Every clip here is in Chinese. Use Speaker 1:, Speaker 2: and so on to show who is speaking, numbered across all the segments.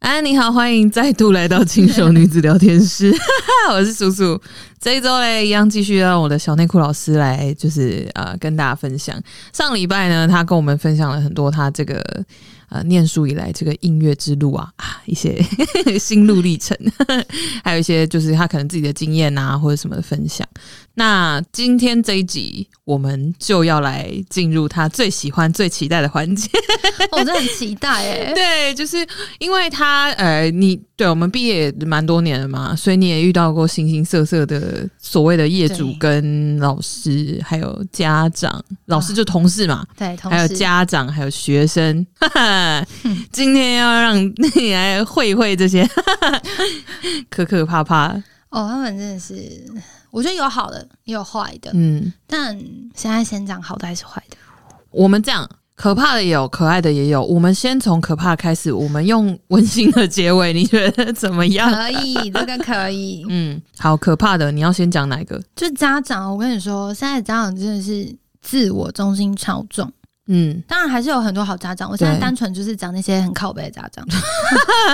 Speaker 1: 安，你好，欢迎再度来到轻熟女子聊天室， 我是叔叔。这一周嘞，一样继续让我的小内裤老师来，就是呃跟大家分享。上礼拜呢，他跟我们分享了很多他这个呃念书以来这个音乐之路啊啊一些 心路历程， 还有一些就是他可能自己的经验啊或者什么的分享。那今天这一集，我们就要来进入他最喜欢、最期待的环节。
Speaker 2: 我真的很期待哎、
Speaker 1: 对，就是因为他呃，你对我们毕业也蛮多年了嘛，所以你也遇到过形形色色的所谓的业主
Speaker 2: 对
Speaker 1: 跟老师，还有家长，老师就同事嘛。
Speaker 2: 对，同
Speaker 1: 还有
Speaker 2: 时
Speaker 1: 家长，还有学生， 哈哈，今天要让你来会一会这些 哈哈可可怕怕，
Speaker 2: 哦，他们真的是，我觉得有好的，也有坏的，
Speaker 1: 嗯，
Speaker 2: 但现在先讲好的还 是坏的？
Speaker 1: 我们这样，可怕的也有，可爱的也有，我们先从可怕开始，我们用温馨的结尾，你觉得怎么样？
Speaker 2: 可以，这个可 以。
Speaker 1: 嗯，好可怕的，你要先讲哪一个？
Speaker 2: 就家长，我跟你说，现在家长真的是自我中心超重。
Speaker 1: 嗯，
Speaker 2: 当然还是有很多好家长，我现在
Speaker 1: 对
Speaker 2: 单纯就是讲那些很靠北的 家长，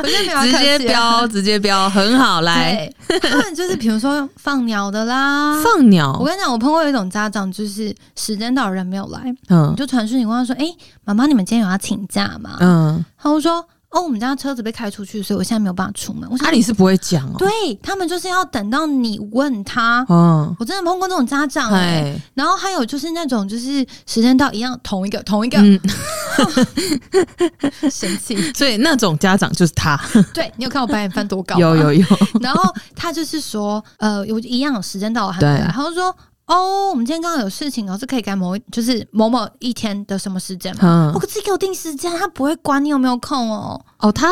Speaker 2: 我现在没有要
Speaker 1: 直
Speaker 2: 客气
Speaker 1: 接
Speaker 2: 啊
Speaker 1: 标，直接标，很好，来
Speaker 2: 对，他们就是比如说放鸟的啦。
Speaker 1: 放
Speaker 2: 啊我
Speaker 1: 鸟，
Speaker 2: 跟你讲，我碰过一种家长，就是时间到人没有来，
Speaker 1: 嗯
Speaker 2: 我就传讯你问他说：“哎、妈妈，你们今天有要请假吗？”
Speaker 1: 嗯，
Speaker 2: 他就说：“哦，我们家车子被开出去，所以我现在没有办法出门。”我想，
Speaker 1: 啊，你是不会讲哦，
Speaker 2: 对他们就是要等到你问他。
Speaker 1: 嗯，
Speaker 2: 我真的碰过这种家长哎、
Speaker 1: 哎，
Speaker 2: 然后还有就是那种就是时间到一样同一个同一个、
Speaker 1: 嗯，
Speaker 2: 生气，
Speaker 1: 所以那种家长就是他，
Speaker 2: 对你有看我白眼翻多高？
Speaker 1: 有。有 有，
Speaker 2: 然后他就是说，呃，我一样时间到了还没
Speaker 1: 对
Speaker 2: 来，他就说。哦，我们今天刚好有事情哦，是可以改某一就是某某一天的什么时间吗？
Speaker 1: 嗯
Speaker 2: 我，自己给我定时间，他不会管你有没有空哦。
Speaker 1: 哦，他，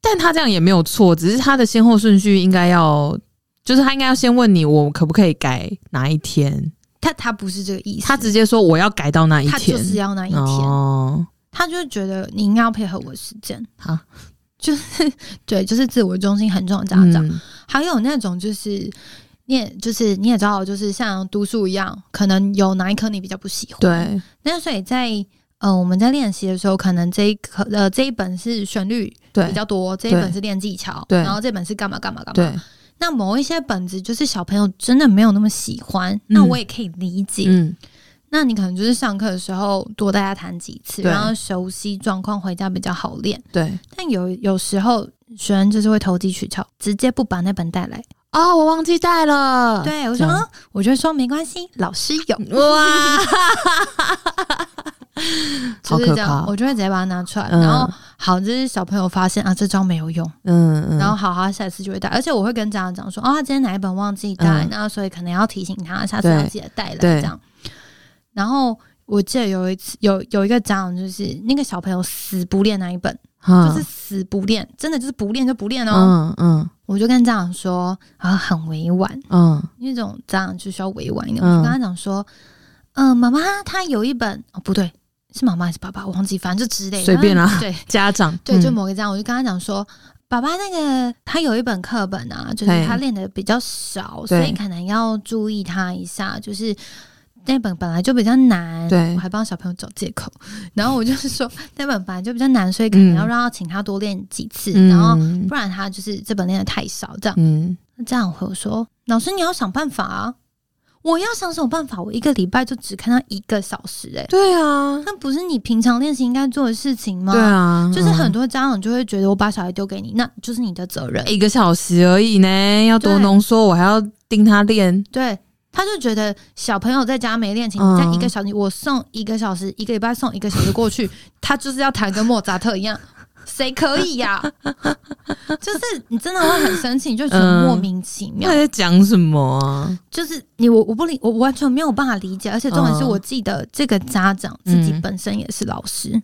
Speaker 1: 但他这样也没有错，只是他的先后顺序应该要，就是他应该要先问你，我可不可以改哪一天？
Speaker 2: 他他不是这个意思，
Speaker 1: 他直接说我要改到那一
Speaker 2: 他
Speaker 1: 天，
Speaker 2: 就是要那一天，
Speaker 1: 哦，
Speaker 2: 他就是觉得你应该要配合我的时间。
Speaker 1: 好，
Speaker 2: 就是对，就是自我中心很重的家长，
Speaker 1: 嗯，
Speaker 2: 还有那种就是。你也就是你也知道，就是像读书一样，可能有哪一科你比较不喜欢。，
Speaker 1: 对，
Speaker 2: 那所以在呃我们在练习的时候，可能这一科呃这一本是旋律比
Speaker 1: 对，
Speaker 2: 较多，这一
Speaker 1: 对
Speaker 2: 本是练技巧，
Speaker 1: 对
Speaker 2: 然后这本是干嘛干嘛干嘛。
Speaker 1: 对，
Speaker 2: 那某一些本子就是小朋友真的没有那么喜欢，那我也可以理解。
Speaker 1: 嗯，
Speaker 2: 那你可能就是上课的时候多带他弹几次，
Speaker 1: 对
Speaker 2: 然后熟悉状况，回家比较好练。
Speaker 1: 对。
Speaker 2: 但有有时候学生就是会投机取巧，直接不把那本带来。
Speaker 1: 哦，我忘记带了。
Speaker 2: 对我说，
Speaker 1: 这样嗯
Speaker 2: 啊我就会说没关系，老师有，
Speaker 1: 哇，
Speaker 2: 就是这样
Speaker 1: 好可怕，
Speaker 2: 我就会直接把它拿出来。
Speaker 1: 嗯
Speaker 2: 然后好，就是小朋友发现啊，这招没有用，
Speaker 1: 嗯嗯，
Speaker 2: 然后好，他下次就会带。而且我会跟家长讲说，哦，他今天哪一本忘记带，
Speaker 1: 嗯
Speaker 2: 那所以可能要提醒他，下次
Speaker 1: 对
Speaker 2: 要记得带来
Speaker 1: 对
Speaker 2: 这样。然后我记得有一次，有有一个家长就是那个小朋友死不练那一本。
Speaker 1: 嗯
Speaker 2: 就是死不练，真的就是不练就不练哦。
Speaker 1: 嗯嗯
Speaker 2: 我就跟家长说，啊，很委婉，
Speaker 1: 嗯
Speaker 2: 因为这种家长就需要委婉一点。
Speaker 1: 嗯
Speaker 2: 我就跟他讲说，嗯、妈妈她有一本哦，不对，是妈妈还是爸爸，我忘记，反正就之类的，
Speaker 1: 随便啦
Speaker 2: 反正对
Speaker 1: 家长
Speaker 2: 对，就
Speaker 1: 嗯
Speaker 2: 某个家长，我就跟他讲说。爸爸那个他有一本课本啊，就是
Speaker 1: 嘿
Speaker 2: 他练的比较少，所
Speaker 1: 对
Speaker 2: 以可能要注意他一下。就是那本本来就比较难，
Speaker 1: 对
Speaker 2: 我还帮小朋友找借口。 然后我就是 说那本本来就比较难，所以可能
Speaker 1: 嗯
Speaker 2: 要让他请他多练几次，
Speaker 1: 嗯
Speaker 2: 然后不然他就是这本练的太少。这样，
Speaker 1: 嗯
Speaker 2: 那家长回我说：“老师，你要想办法啊！我要想什么办法？我一个礼拜就只看到一个小时、欸，哎，
Speaker 1: 对啊
Speaker 2: 那不是你平常练习应该做的事情吗？
Speaker 1: 对啊，
Speaker 2: 就是很
Speaker 1: 多
Speaker 2: 多家长就会觉得我把小孩丢给你，那就是你的责任。
Speaker 1: 嗯一个小时而已呢，要多
Speaker 2: 对
Speaker 1: 浓缩，我还要盯他练。
Speaker 2: 对，他就觉得小朋友在家没练琴，
Speaker 1: 嗯
Speaker 2: 在一个小时，我送一个小时，一个礼拜送一个小时过去， 他就是要弹跟莫扎特一样。谁可以呀、 就是你真的会很生气，你就觉得
Speaker 1: 嗯
Speaker 2: 莫名其妙。
Speaker 1: 那在讲什么啊？
Speaker 2: 就是你我我不理，我完全没有办法理解。而且重点是
Speaker 1: 嗯
Speaker 2: 我记得这个家长自己
Speaker 1: 嗯
Speaker 2: 本身也是老师，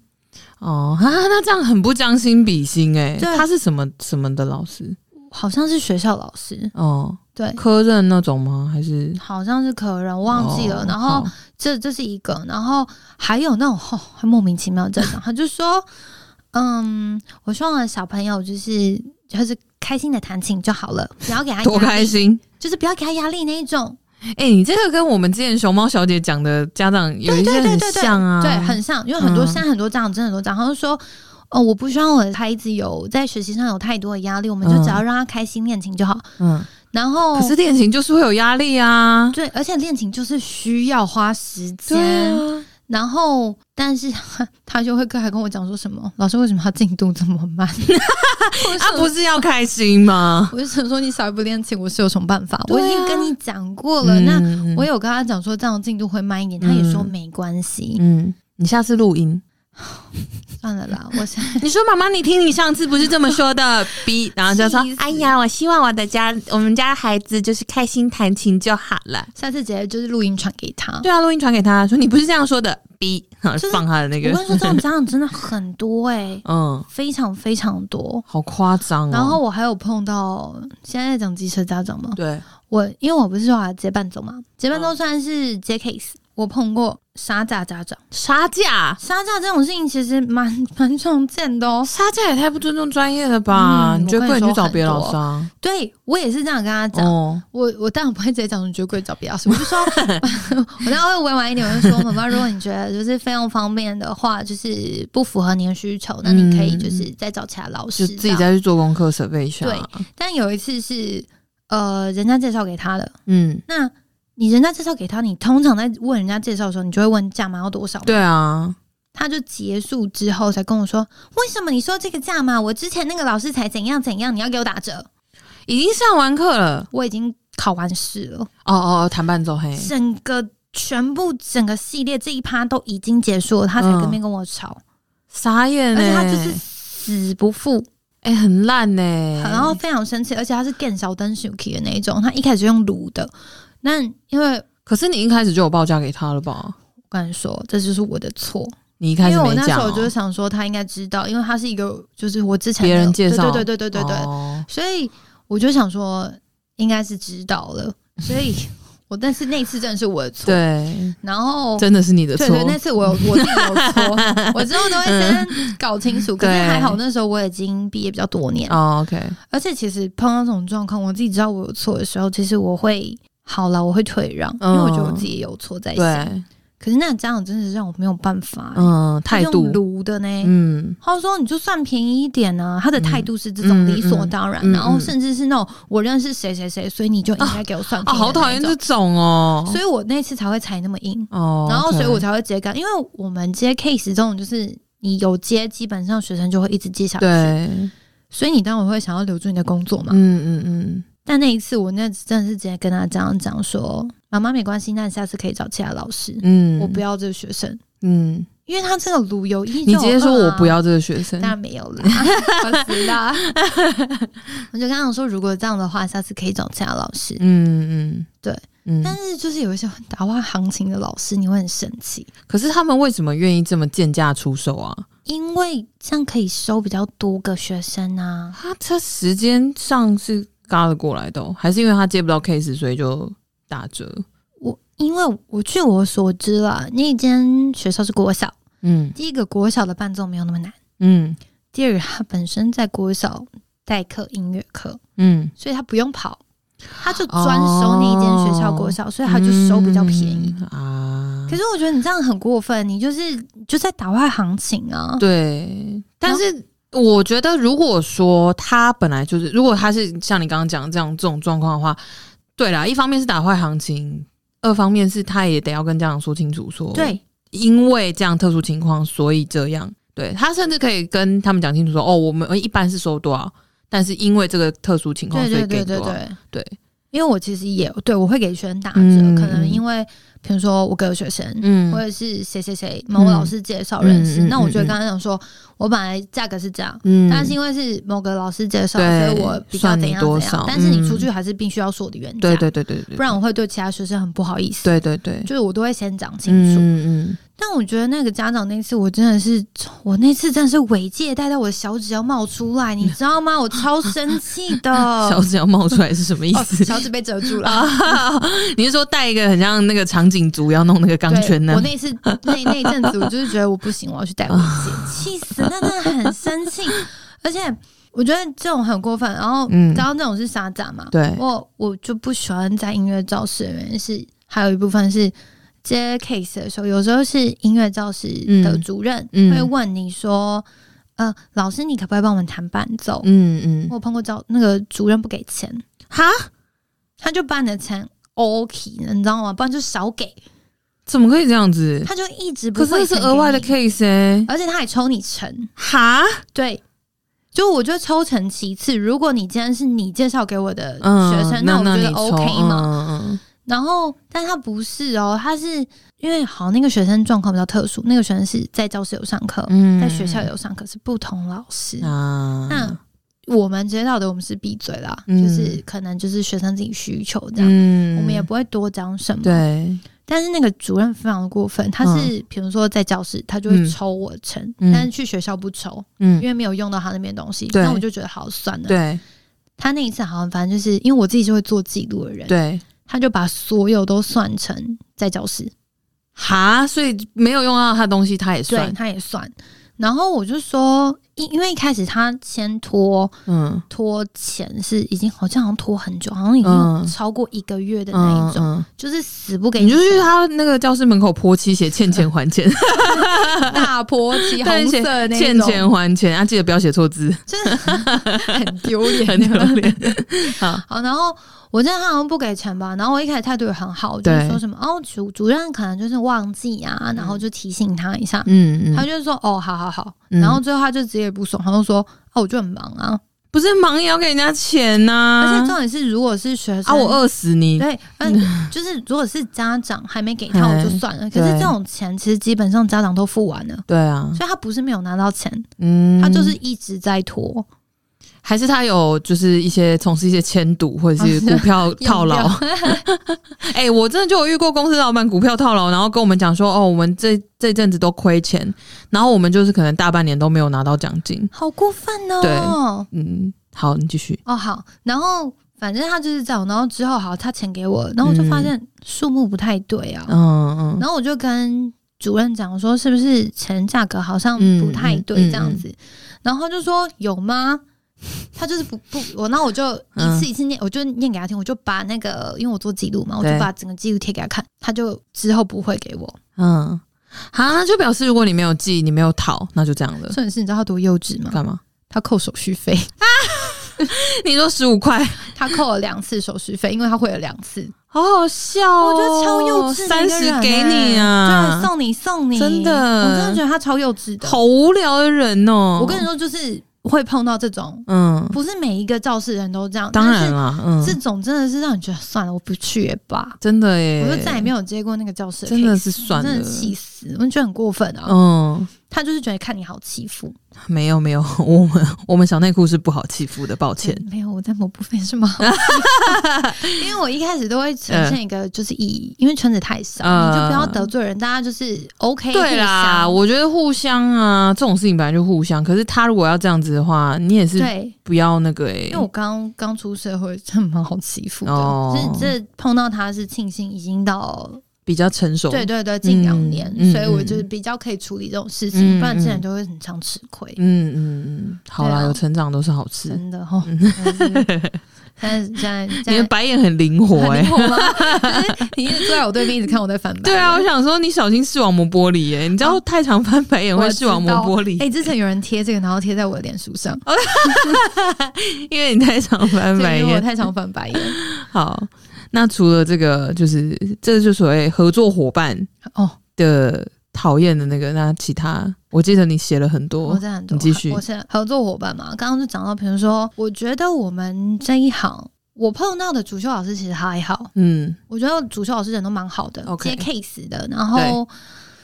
Speaker 1: 哦，啊，那这样很不将心比心哎、
Speaker 2: 对
Speaker 1: 他是什么什么的老师？
Speaker 2: 好像是学校老师，
Speaker 1: 哦，
Speaker 2: 对，
Speaker 1: 科任那种吗？还是
Speaker 2: 好像是可人我忘记了。
Speaker 1: 哦
Speaker 2: 然后
Speaker 1: 好
Speaker 2: 这这是一个，然后还有那种、哦、很莫名其妙的家 长，他就说，嗯，我希望小朋友就是就是开心的弹琴就好了，不要给他
Speaker 1: 多
Speaker 2: 压
Speaker 1: 开
Speaker 2: 力，
Speaker 1: 心！
Speaker 2: 就是不要给他压力那一种，
Speaker 1: 哎、你这个跟我们之前熊猫小姐讲的家长有
Speaker 2: 对
Speaker 1: 一些
Speaker 2: 对对
Speaker 1: 很
Speaker 2: 对对
Speaker 1: 像啊，
Speaker 2: 对，很像，因为很多、
Speaker 1: 嗯
Speaker 2: 现在很多家长真的很多家长，他就说。哦，我不希望我的孩子有在学习上有太多的压力，我们就
Speaker 1: 嗯
Speaker 2: 只要让他开心练琴就好。
Speaker 1: 嗯，
Speaker 2: 然后
Speaker 1: 可是练琴就是会有压力啊，
Speaker 2: 对，而且练琴就是需要花时
Speaker 1: 对
Speaker 2: 间。
Speaker 1: 啊，
Speaker 2: 然后，但是他就会跟还跟我讲说什么，老师为什么他进度这么慢？
Speaker 1: 啊，不是要开心吗？
Speaker 2: 我就想说，你小孩不练琴，我是有什么办法？我已
Speaker 1: 对
Speaker 2: 经
Speaker 1: 啊
Speaker 2: 跟你讲过了，那
Speaker 1: 嗯
Speaker 2: 我有跟他讲说这样进度会慢一点，他也说没关系，
Speaker 1: 嗯，你下次录 音，
Speaker 2: 算了啦，我现在
Speaker 1: 你说妈妈，你听你上次不是这么说 的，B，然后就说
Speaker 2: 气死，
Speaker 1: 哎呀，我希望我的家，我们家孩子就是开心弹琴就好了。
Speaker 2: 下次直接就是录音传给他。
Speaker 1: 对啊，录音传给他说你不是这样说的，B，然后
Speaker 2: 哦是
Speaker 1: 放他的那
Speaker 2: 我
Speaker 1: 个
Speaker 2: 跟，你说，这种家长真的很多哎、
Speaker 1: 嗯，
Speaker 2: 非常非常多。
Speaker 1: 好夸张哦。
Speaker 2: 然后我还有碰到，现在在讲机车家长吗？
Speaker 1: 对，
Speaker 2: 我因为我不是说我要接伴奏嘛，接伴奏
Speaker 1: 嗯
Speaker 2: 算是接 case，、我碰过杀价家长，
Speaker 1: 杀价，
Speaker 2: 杀价这种事情其实蛮 蛮常见的哦。
Speaker 1: 杀价也太不尊重专业了吧？
Speaker 2: 嗯
Speaker 1: 你觉得
Speaker 2: 我
Speaker 1: 不
Speaker 2: 跟你
Speaker 1: 能去
Speaker 2: 说
Speaker 1: 找别的
Speaker 2: 很
Speaker 1: 老
Speaker 2: 多
Speaker 1: 师啊？
Speaker 2: 对我也是这样跟他讲，
Speaker 1: 哦，
Speaker 2: 我我当然不会直接讲你觉得贵找别的老师，我 就说，我当然会委婉一点，我就说，妈妈，如果你觉得就是费用方面的话，就是不符合你的需求，那你可以就是再找其他
Speaker 1: 嗯
Speaker 2: 老
Speaker 1: 就
Speaker 2: 师，
Speaker 1: 自己。再去做功课准备一下。啊
Speaker 2: 对，但有一次是呃，人家介绍给他的，
Speaker 1: 嗯，
Speaker 2: 那你人家介绍给他，你通常在问人家介绍的时候，你就会问价码要多少嘛。
Speaker 1: 对啊，
Speaker 2: 他就结束之后才跟我说，为什么你说这个价码？我之前那个老师才怎样怎样，你要给我打折？
Speaker 1: 已经上完课了。
Speaker 2: 我已经考完试了。
Speaker 1: 哦哦，哦弹伴奏嘿，
Speaker 2: 整个全部整个系列这一趴都已经结束了，他才
Speaker 1: 嗯
Speaker 2: 跟面跟我吵，
Speaker 1: 傻眼
Speaker 2: 而
Speaker 1: 呢、
Speaker 2: 且他就是死不付，
Speaker 1: 哎、很烂呢、欸
Speaker 2: 然后非常生气，而且他是电烧灯 Suki 的那一种，他一开始就用卤的。那因为我
Speaker 1: 可是你一开始就有报价给他了吧？
Speaker 2: 跟你说，这就是我的错，
Speaker 1: 你一
Speaker 2: 因
Speaker 1: 开始
Speaker 2: 为我
Speaker 1: 没
Speaker 2: 那时
Speaker 1: 讲、
Speaker 2: 候
Speaker 1: 哦，
Speaker 2: 就是想说他应该知道，因为他是一个就是我之前
Speaker 1: 别人
Speaker 2: 有
Speaker 1: 介绍
Speaker 2: 对对对对对对对，
Speaker 1: 哦
Speaker 2: 所以我就想说应该是知道了，所 以我但是那次真的是我的错，
Speaker 1: 对，
Speaker 2: 然后
Speaker 1: 真的是你的错
Speaker 2: 对。对，那次我有我自己有 错，我之后都会先搞清楚。可是
Speaker 1: 对
Speaker 2: 还好那时候我已经毕业比较多年，
Speaker 1: 哦，OK，
Speaker 2: 而且其实碰到这种状况，我自己知道我有错的时候，其实我会好了，我会退让，因
Speaker 1: 嗯
Speaker 2: 为我觉得我自己也有错在先。
Speaker 1: 对，
Speaker 2: 可是那个家长真的是让我没有办法、欸，
Speaker 1: 嗯，态
Speaker 2: 他用欸
Speaker 1: 度，
Speaker 2: 撸的呢。
Speaker 1: 嗯，
Speaker 2: 他说：“你就算便宜一点啊！”他的态度是这
Speaker 1: 嗯嗯
Speaker 2: 种理所当然，
Speaker 1: 嗯嗯
Speaker 2: 然后甚至是那种我认识谁谁谁，所以你就应该给我算
Speaker 1: 啊，
Speaker 2: 便宜、
Speaker 1: 好讨厌这，种哦，
Speaker 2: 所以我那次才会踩那么硬。
Speaker 1: 哦，
Speaker 2: 然后
Speaker 1: OK
Speaker 2: 所以我才会直接干，因为我们接 case 这种就是你有接，基本上学生就会一直接下去，
Speaker 1: 对，
Speaker 2: 所以你当然会想要留住你的工作嘛。
Speaker 1: 嗯嗯嗯，
Speaker 2: 但那一次我那次真的是直接跟他这样讲说：“妈妈没关系，那你下次可以找其他老师，
Speaker 1: 嗯，
Speaker 2: 我不
Speaker 1: 要，
Speaker 2: 要这个学生，
Speaker 1: 嗯，
Speaker 2: 因为他这个路由一、
Speaker 1: 你直接说
Speaker 2: 呃
Speaker 1: 我不。”要这个学生
Speaker 2: 当，然没有啦，嗯 我知道。 我就跟他讲说，如果这样的话，下次可以找其他老师。
Speaker 1: 嗯嗯，
Speaker 2: 对，
Speaker 1: 嗯，
Speaker 2: 但是就是有一些打坏行情的老师，你会很生气，
Speaker 1: 可是他们为什么愿意这么贱价出售啊？
Speaker 2: 因为这样可以收比较多个学生啊。
Speaker 1: 他他时间上是嘎了过来的、哦，还是因为他接不到 case，所以就打折？
Speaker 2: 我因为我据我所知啦，那间学校是国小，
Speaker 1: 嗯
Speaker 2: 第一个国小的伴奏没有那么难，
Speaker 1: 嗯
Speaker 2: 第二个他本身在国小代课音乐课，
Speaker 1: 嗯，
Speaker 2: 所以他不用跑，他就专收那一间学校国小，所以他就收比较便宜。
Speaker 1: 嗯啊
Speaker 2: 可。是我觉得你这样很过分，你就是你就在打坏行情啊！
Speaker 1: 对，但是我觉得，如果说他本来就是，如果他是像你刚刚讲的这样这种状况的话，对啦，一方面是打坏行情，二方面是他也得要跟家长说清楚说，
Speaker 2: 对，
Speaker 1: 因为这样特殊情况，所以这样。对他甚至可以跟他们讲清楚说，哦，我们一般是收多少，但是因为这个特殊情况，
Speaker 2: 对
Speaker 1: 所以
Speaker 2: 对
Speaker 1: 给
Speaker 2: 对
Speaker 1: 多
Speaker 2: 对
Speaker 1: 少。
Speaker 2: 对
Speaker 1: 对，
Speaker 2: 因为我其实也对我会给学生打折，
Speaker 1: 嗯
Speaker 2: 可能因为比如说我给我学生，
Speaker 1: 嗯
Speaker 2: 或者是谁谁谁某老师介绍认识，
Speaker 1: 嗯嗯嗯
Speaker 2: 那我就会
Speaker 1: 嗯嗯
Speaker 2: 跟他讲说，我本来价格是这样，
Speaker 1: 嗯
Speaker 2: 但是因为是某个老师介绍，所
Speaker 1: 对
Speaker 2: 以我比较
Speaker 1: 算
Speaker 2: 怎
Speaker 1: 你
Speaker 2: 样
Speaker 1: 多
Speaker 2: 怎
Speaker 1: 少
Speaker 2: 样，但是你出
Speaker 1: 嗯
Speaker 2: 去还是必须要说我的原价，
Speaker 1: 对对对对对，
Speaker 2: 不然我会对其他学生很不好意思，
Speaker 1: 对对对，
Speaker 2: 就是我都会先讲清楚。
Speaker 1: 嗯嗯
Speaker 2: 但我觉得那个家长那次，我真的是，我那次真的是违戒带到我的小指要冒出来，你知道吗？我超生气的，
Speaker 1: 嗯， 小指要冒出来是什么意
Speaker 2: 哦
Speaker 1: 思？
Speaker 2: 小指被遮住了。
Speaker 1: 啊！你是说带一个很像那个长颈族要弄那个钢
Speaker 2: 对
Speaker 1: 圈呢
Speaker 2: 我？那次那那一阵子，我就是觉得我不行，我要去戴围戒，气死！那真的很生气，而且我觉得这种很过分。然后，
Speaker 1: 嗯
Speaker 2: 然后那种是傻展嘛，
Speaker 1: 对
Speaker 2: 我我就不喜欢在音乐教室的原因是，还有一部分是接 case 的时候，有时候是音乐教室的主任
Speaker 1: 嗯嗯
Speaker 2: 会问你说。呃，老师你可不可以帮我们弹伴奏？
Speaker 1: 嗯嗯，
Speaker 2: 我有碰过教那个主任不给钱，
Speaker 1: 哈，
Speaker 2: 他就办的成 OK，你知道吗？不然就少给，
Speaker 1: 怎么可以这样子？
Speaker 2: 他就一直不
Speaker 1: 可是
Speaker 2: 会
Speaker 1: 这是额外的
Speaker 2: 给你
Speaker 1: case 哎、
Speaker 2: 而且他还抽你成，
Speaker 1: 哈，
Speaker 2: 对。就我觉得抽成其次，如果你既然是你介绍给我的
Speaker 1: 嗯，
Speaker 2: 学生，
Speaker 1: 那
Speaker 2: 我觉
Speaker 1: 你
Speaker 2: 得
Speaker 1: 抽
Speaker 2: OK 嘛。
Speaker 1: 嗯嗯嗯
Speaker 2: 然后，但他不是哦，他是因为好那个学生状况比较特殊，那个学生是在教室有上课，
Speaker 1: 嗯
Speaker 2: 在学校有上课，是不同老师。
Speaker 1: 啊，
Speaker 2: 那我们接到的我们是闭嘴啦，
Speaker 1: 嗯
Speaker 2: 就是可能就是学生自己需求这样，
Speaker 1: 嗯
Speaker 2: 我们也不会多讲什么。，
Speaker 1: 对，
Speaker 2: 但是那个主任非常的过分，他是比如说在教室他就
Speaker 1: 嗯
Speaker 2: 会抽我成，
Speaker 1: 嗯
Speaker 2: 但是去学校不抽，因
Speaker 1: 嗯，
Speaker 2: 为没有用到他那边的东西。
Speaker 1: 对
Speaker 2: 那我就觉得好算了。
Speaker 1: 对
Speaker 2: 他那一次好像反正就是因为我自己是会做记录的人，
Speaker 1: 对，
Speaker 2: 他就把所有都算成在教室。
Speaker 1: 哈，所以没有用到他的东西，他也
Speaker 2: 对，
Speaker 1: 算，
Speaker 2: 他也算。然后我就说，因因为一开始他先拖
Speaker 1: 嗯，
Speaker 2: 拖钱是已经好像好像拖很久，好像已
Speaker 1: 嗯
Speaker 2: 经超过一个月的那
Speaker 1: 嗯
Speaker 2: 一种，
Speaker 1: 嗯
Speaker 2: 就是死不给
Speaker 1: 你就去
Speaker 2: 钱
Speaker 1: 他那个教室门口泼漆，写欠钱还钱，
Speaker 2: 大婆 起
Speaker 1: 对
Speaker 2: 红
Speaker 1: 写
Speaker 2: 色的 那一
Speaker 1: 欠
Speaker 2: 种，
Speaker 1: 钱还钱啊！记得不要写错 字，
Speaker 2: 就是很丢脸，
Speaker 1: 很丢。脸。好，
Speaker 2: 好，然后我真的他好像不给钱吧，然后我一开始态度也很好，我就
Speaker 1: 对
Speaker 2: 是说什么哦主主任可能就是忘记啊，然后就提醒他一下，
Speaker 1: 嗯
Speaker 2: 他
Speaker 1: 嗯，
Speaker 2: 就说哦好好好，
Speaker 1: 嗯
Speaker 2: 然后最后他就直接不爽，他就说哦我就很忙啊，
Speaker 1: 不是忙也要给人家钱
Speaker 2: 而
Speaker 1: 呐
Speaker 2: 且重点是，如果是学生
Speaker 1: 啊！我饿死你，
Speaker 2: 对， 嗯，就是如果是家长还没给他，
Speaker 1: 嗯
Speaker 2: 我就算了。可是
Speaker 1: 对
Speaker 2: 这种钱其实基本上家长都付完了，
Speaker 1: 对啊，
Speaker 2: 所以他不是没有拿到钱，
Speaker 1: 嗯，
Speaker 2: 他就是一直在拖
Speaker 1: 还是他有就是一些从事一些牵赌或者是股票套牢
Speaker 2: 啊 用。
Speaker 1: 哎、我真的就有遇过公司老板股票套牢，然后跟我们讲说，哦，我们这这阵子都亏钱，然后我们就是可能大半年都没有拿到奖金。
Speaker 2: 好过分
Speaker 1: 对
Speaker 2: 哦！
Speaker 1: 嗯，好，你继续。
Speaker 2: 哦，好，然后反正他就是这样，然后之后好，他钱给我，然后我就发现数目不太对啊，
Speaker 1: 嗯嗯
Speaker 2: 然后我就跟主任讲说，是不是钱价格好像
Speaker 1: 嗯
Speaker 2: 不太
Speaker 1: 嗯
Speaker 2: 对
Speaker 1: 嗯
Speaker 2: 这样子？然后他就说有吗？他就是不不我，那我就
Speaker 1: 嗯
Speaker 2: 一次一次念，我就念给他听，我就把那个，因为我做记录嘛，我
Speaker 1: 对
Speaker 2: 就把整个记录贴给他看，他就之后不会给我。
Speaker 1: 嗯，好，那就表示如果你没有记，你没有讨，那就这样了。
Speaker 2: 甚至是你知道他多幼稚吗？
Speaker 1: 干嘛？
Speaker 2: 他扣手续费，
Speaker 1: 你说十五块，
Speaker 2: 他扣了两次手续费，因为他会了两次，
Speaker 1: 好好笑哦！
Speaker 2: 我觉得超幼稚的
Speaker 1: 三
Speaker 2: 一个人欸，
Speaker 1: 十给你啊，
Speaker 2: 对，送你送你，
Speaker 1: 真的
Speaker 2: 我真的觉得他超幼稚的。
Speaker 1: 好无聊的人哦。
Speaker 2: 我跟你说，就是会碰到这种
Speaker 1: 嗯，
Speaker 2: 不是每一个教室人都这样，
Speaker 1: 当然
Speaker 2: 了，
Speaker 1: 啦，嗯，
Speaker 2: 这种真的是让你觉得算了，我不去也罢，
Speaker 1: 真的耶，
Speaker 2: 我就再也没有接过那个教室 case，
Speaker 1: 真的是算了
Speaker 2: 真的，气死，我觉得很过分啊！
Speaker 1: 嗯，
Speaker 2: 他就是觉得看你好欺负，
Speaker 1: 没有没有， 我们我们小内裤是不好欺负的，抱歉。
Speaker 2: 嗯没有我在某部分是吗？ 因为我一开始都会呈现一个就是以，因为圈子太小，
Speaker 1: 嗯
Speaker 2: 你就不要得罪人，大家就是 OK
Speaker 1: 对啦，
Speaker 2: 互相
Speaker 1: 我觉得互相啊，这种事情本来就互相。可是他如果要这样子的话，你也是
Speaker 2: 对，
Speaker 1: 不要那个诶、
Speaker 2: 因为我刚刚出社会，真的蛮好欺负的，
Speaker 1: 哦
Speaker 2: 就是这碰到他是庆幸已经到
Speaker 1: 比较成熟。
Speaker 2: 对对对，近两年，
Speaker 1: 嗯
Speaker 2: 所以我就是
Speaker 1: 嗯
Speaker 2: 比较可以处理这种事情，
Speaker 1: 嗯
Speaker 2: 不然之前
Speaker 1: 嗯
Speaker 2: 都会很常吃亏，
Speaker 1: 嗯嗯嗯，好啦，
Speaker 2: 对啊嗯
Speaker 1: 有成长都是好事。
Speaker 2: 真的哈。 真的是现在现在
Speaker 1: 嗯
Speaker 2: 现
Speaker 1: 你的
Speaker 2: 在啊
Speaker 1: 白眼很灵活诶、
Speaker 2: 很灵活吗？就是 你一直坐在我 对面，一直看我在翻白。
Speaker 1: 对啊，我，想说你小心视网膜玻璃耶、你知道太常翻白眼
Speaker 2: 我
Speaker 1: 会视网膜
Speaker 2: 知道
Speaker 1: 玻璃，
Speaker 2: 哎，之前有人贴这个，然后贴在我的脸书上，
Speaker 1: 因为你太常翻白
Speaker 2: 对，因为我
Speaker 1: 眼。
Speaker 2: 太常翻白眼。
Speaker 1: 好，那除了这个，就是这就所谓合作伙伴
Speaker 2: 哦，
Speaker 1: 的讨厌的那个，那其他我记得你写了很多
Speaker 2: 我，真的很多。
Speaker 1: 你继续
Speaker 2: 我是合作伙伴嘛，刚刚就讲到，比如说，我觉得我们这一行。我碰到的主修老师其实还好，
Speaker 1: 嗯
Speaker 2: 我觉得主修老师人都蛮好的
Speaker 1: OK
Speaker 2: 接 case 的，然后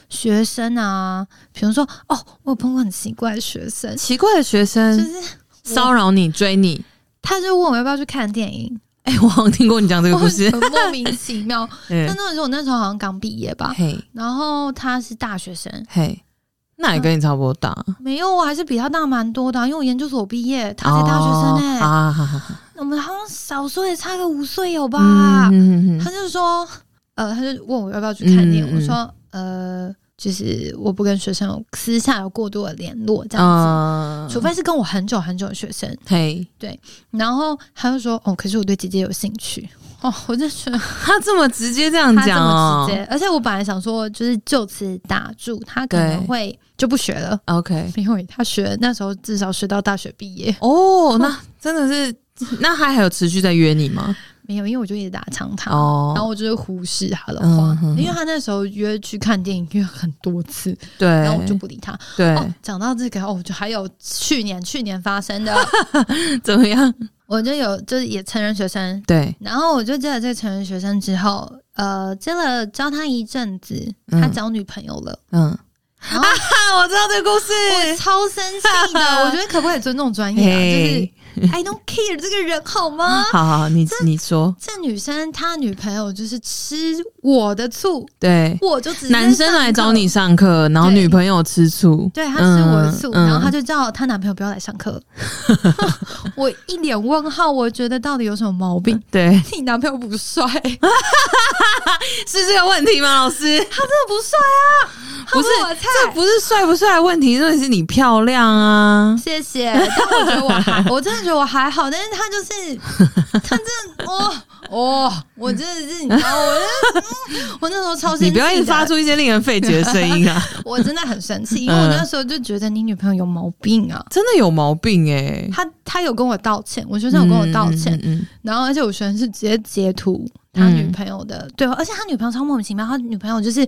Speaker 2: 学生啊，比如说哦，我有碰过很奇怪的学生，
Speaker 1: 奇怪的学
Speaker 2: 就
Speaker 1: 生
Speaker 2: 是
Speaker 1: 骚扰你、追你，
Speaker 2: 他就问我要不要去看电影，
Speaker 1: 哎、我好像听过你讲这个
Speaker 2: 我
Speaker 1: 故 事，
Speaker 2: 很莫名其 妙。但
Speaker 1: 嗯，啊
Speaker 2: 那时候我那时候好像刚毕业吧，
Speaker 1: 嘿
Speaker 2: 然后他是大学生，
Speaker 1: 嘿，那也跟你差不多大，
Speaker 2: 没有，我还是比他大蛮多的啊，因为我研究所毕业，他才大学生哎、
Speaker 1: 哦啊哈哈哈，
Speaker 2: 我们好像少说也差个五岁有吧。
Speaker 1: 嗯
Speaker 2: 他就说，呃，他就问我要不要去看店，
Speaker 1: 嗯嗯
Speaker 2: 我说，呃，就是我不跟学生有私下有过多的联络这样子。
Speaker 1: 啊
Speaker 2: 除非是跟我很久很久的学生，
Speaker 1: 嘿，
Speaker 2: 然后他就说：“哦，可是我对姐姐有兴趣。哦，我就觉得
Speaker 1: 他这么直接这样
Speaker 2: 他这
Speaker 1: 讲
Speaker 2: 么
Speaker 1: 哦
Speaker 2: 直接，而且我本来想说，就是就此打住，他可能
Speaker 1: 对
Speaker 2: 会就不学了，
Speaker 1: ，OK，
Speaker 2: 因为他学那时候至少学到大学毕业，
Speaker 1: 哦，那真的是，那他还有持续在约你吗？
Speaker 2: 没有，因为我就一直打长他，
Speaker 1: 哦，
Speaker 2: 然后我就是忽视他的话
Speaker 1: 嗯，哼
Speaker 2: 因为他那时候约去看电影约很多次，
Speaker 1: 对，
Speaker 2: 然后我就不理他。
Speaker 1: 对、
Speaker 2: 哦，讲到这个，哦，就还有去年去年发 生的，
Speaker 1: 怎么样？
Speaker 2: 我就有就是也成人学生，
Speaker 1: 对，
Speaker 2: 然后我就接了这个成人学生之后，呃，接了教他一阵子，
Speaker 1: 嗯
Speaker 2: 他交女朋友 了，
Speaker 1: 嗯，
Speaker 2: 然后
Speaker 1: 啊，我知道这个故事，哎
Speaker 2: 我超生气的，我觉得可不可以尊重专业啊？
Speaker 1: 啊嘿
Speaker 2: 就是 I don't care 这个人好吗？
Speaker 1: 好好，你你说，
Speaker 2: 这女生她女朋友就是吃我的醋，
Speaker 1: 对，
Speaker 2: 我就直接
Speaker 1: 男生来找你上课，然后
Speaker 2: 对
Speaker 1: 女朋友吃醋，
Speaker 2: 对，她吃我的
Speaker 1: 嗯
Speaker 2: 醋，
Speaker 1: 嗯
Speaker 2: 然后她就叫她男朋友不要来上课。
Speaker 1: 嗯
Speaker 2: 我一脸问号，我觉得到底有什么 毛病？
Speaker 1: 对，
Speaker 2: 你男朋友不 帅，他真的
Speaker 1: 是这个问题吗？老师，
Speaker 2: 不帅啊，他
Speaker 1: 不是
Speaker 2: 我的菜。
Speaker 1: 这不是帅不帅的问题，问题是你漂亮啊。
Speaker 2: 谢谢，但我觉得我还，我真的觉得我还好，但是他就是， 他真的，哦哦，我真的是，你知道，我真的、嗯我那时候超生气，
Speaker 1: 你不要一直发，出一嗯些令人费解的声音啊！
Speaker 2: 我真的很生气，因为我那时候就觉得你女朋友有毛病啊。
Speaker 1: 真的有毛病哎、
Speaker 2: 他他有跟我道歉，我学生有跟我道歉，
Speaker 1: 嗯，嗯
Speaker 2: 然后而且我学生是直接截图他
Speaker 1: 嗯
Speaker 2: 女朋友的、对话，而且他女朋友超莫名其妙，他女朋友就是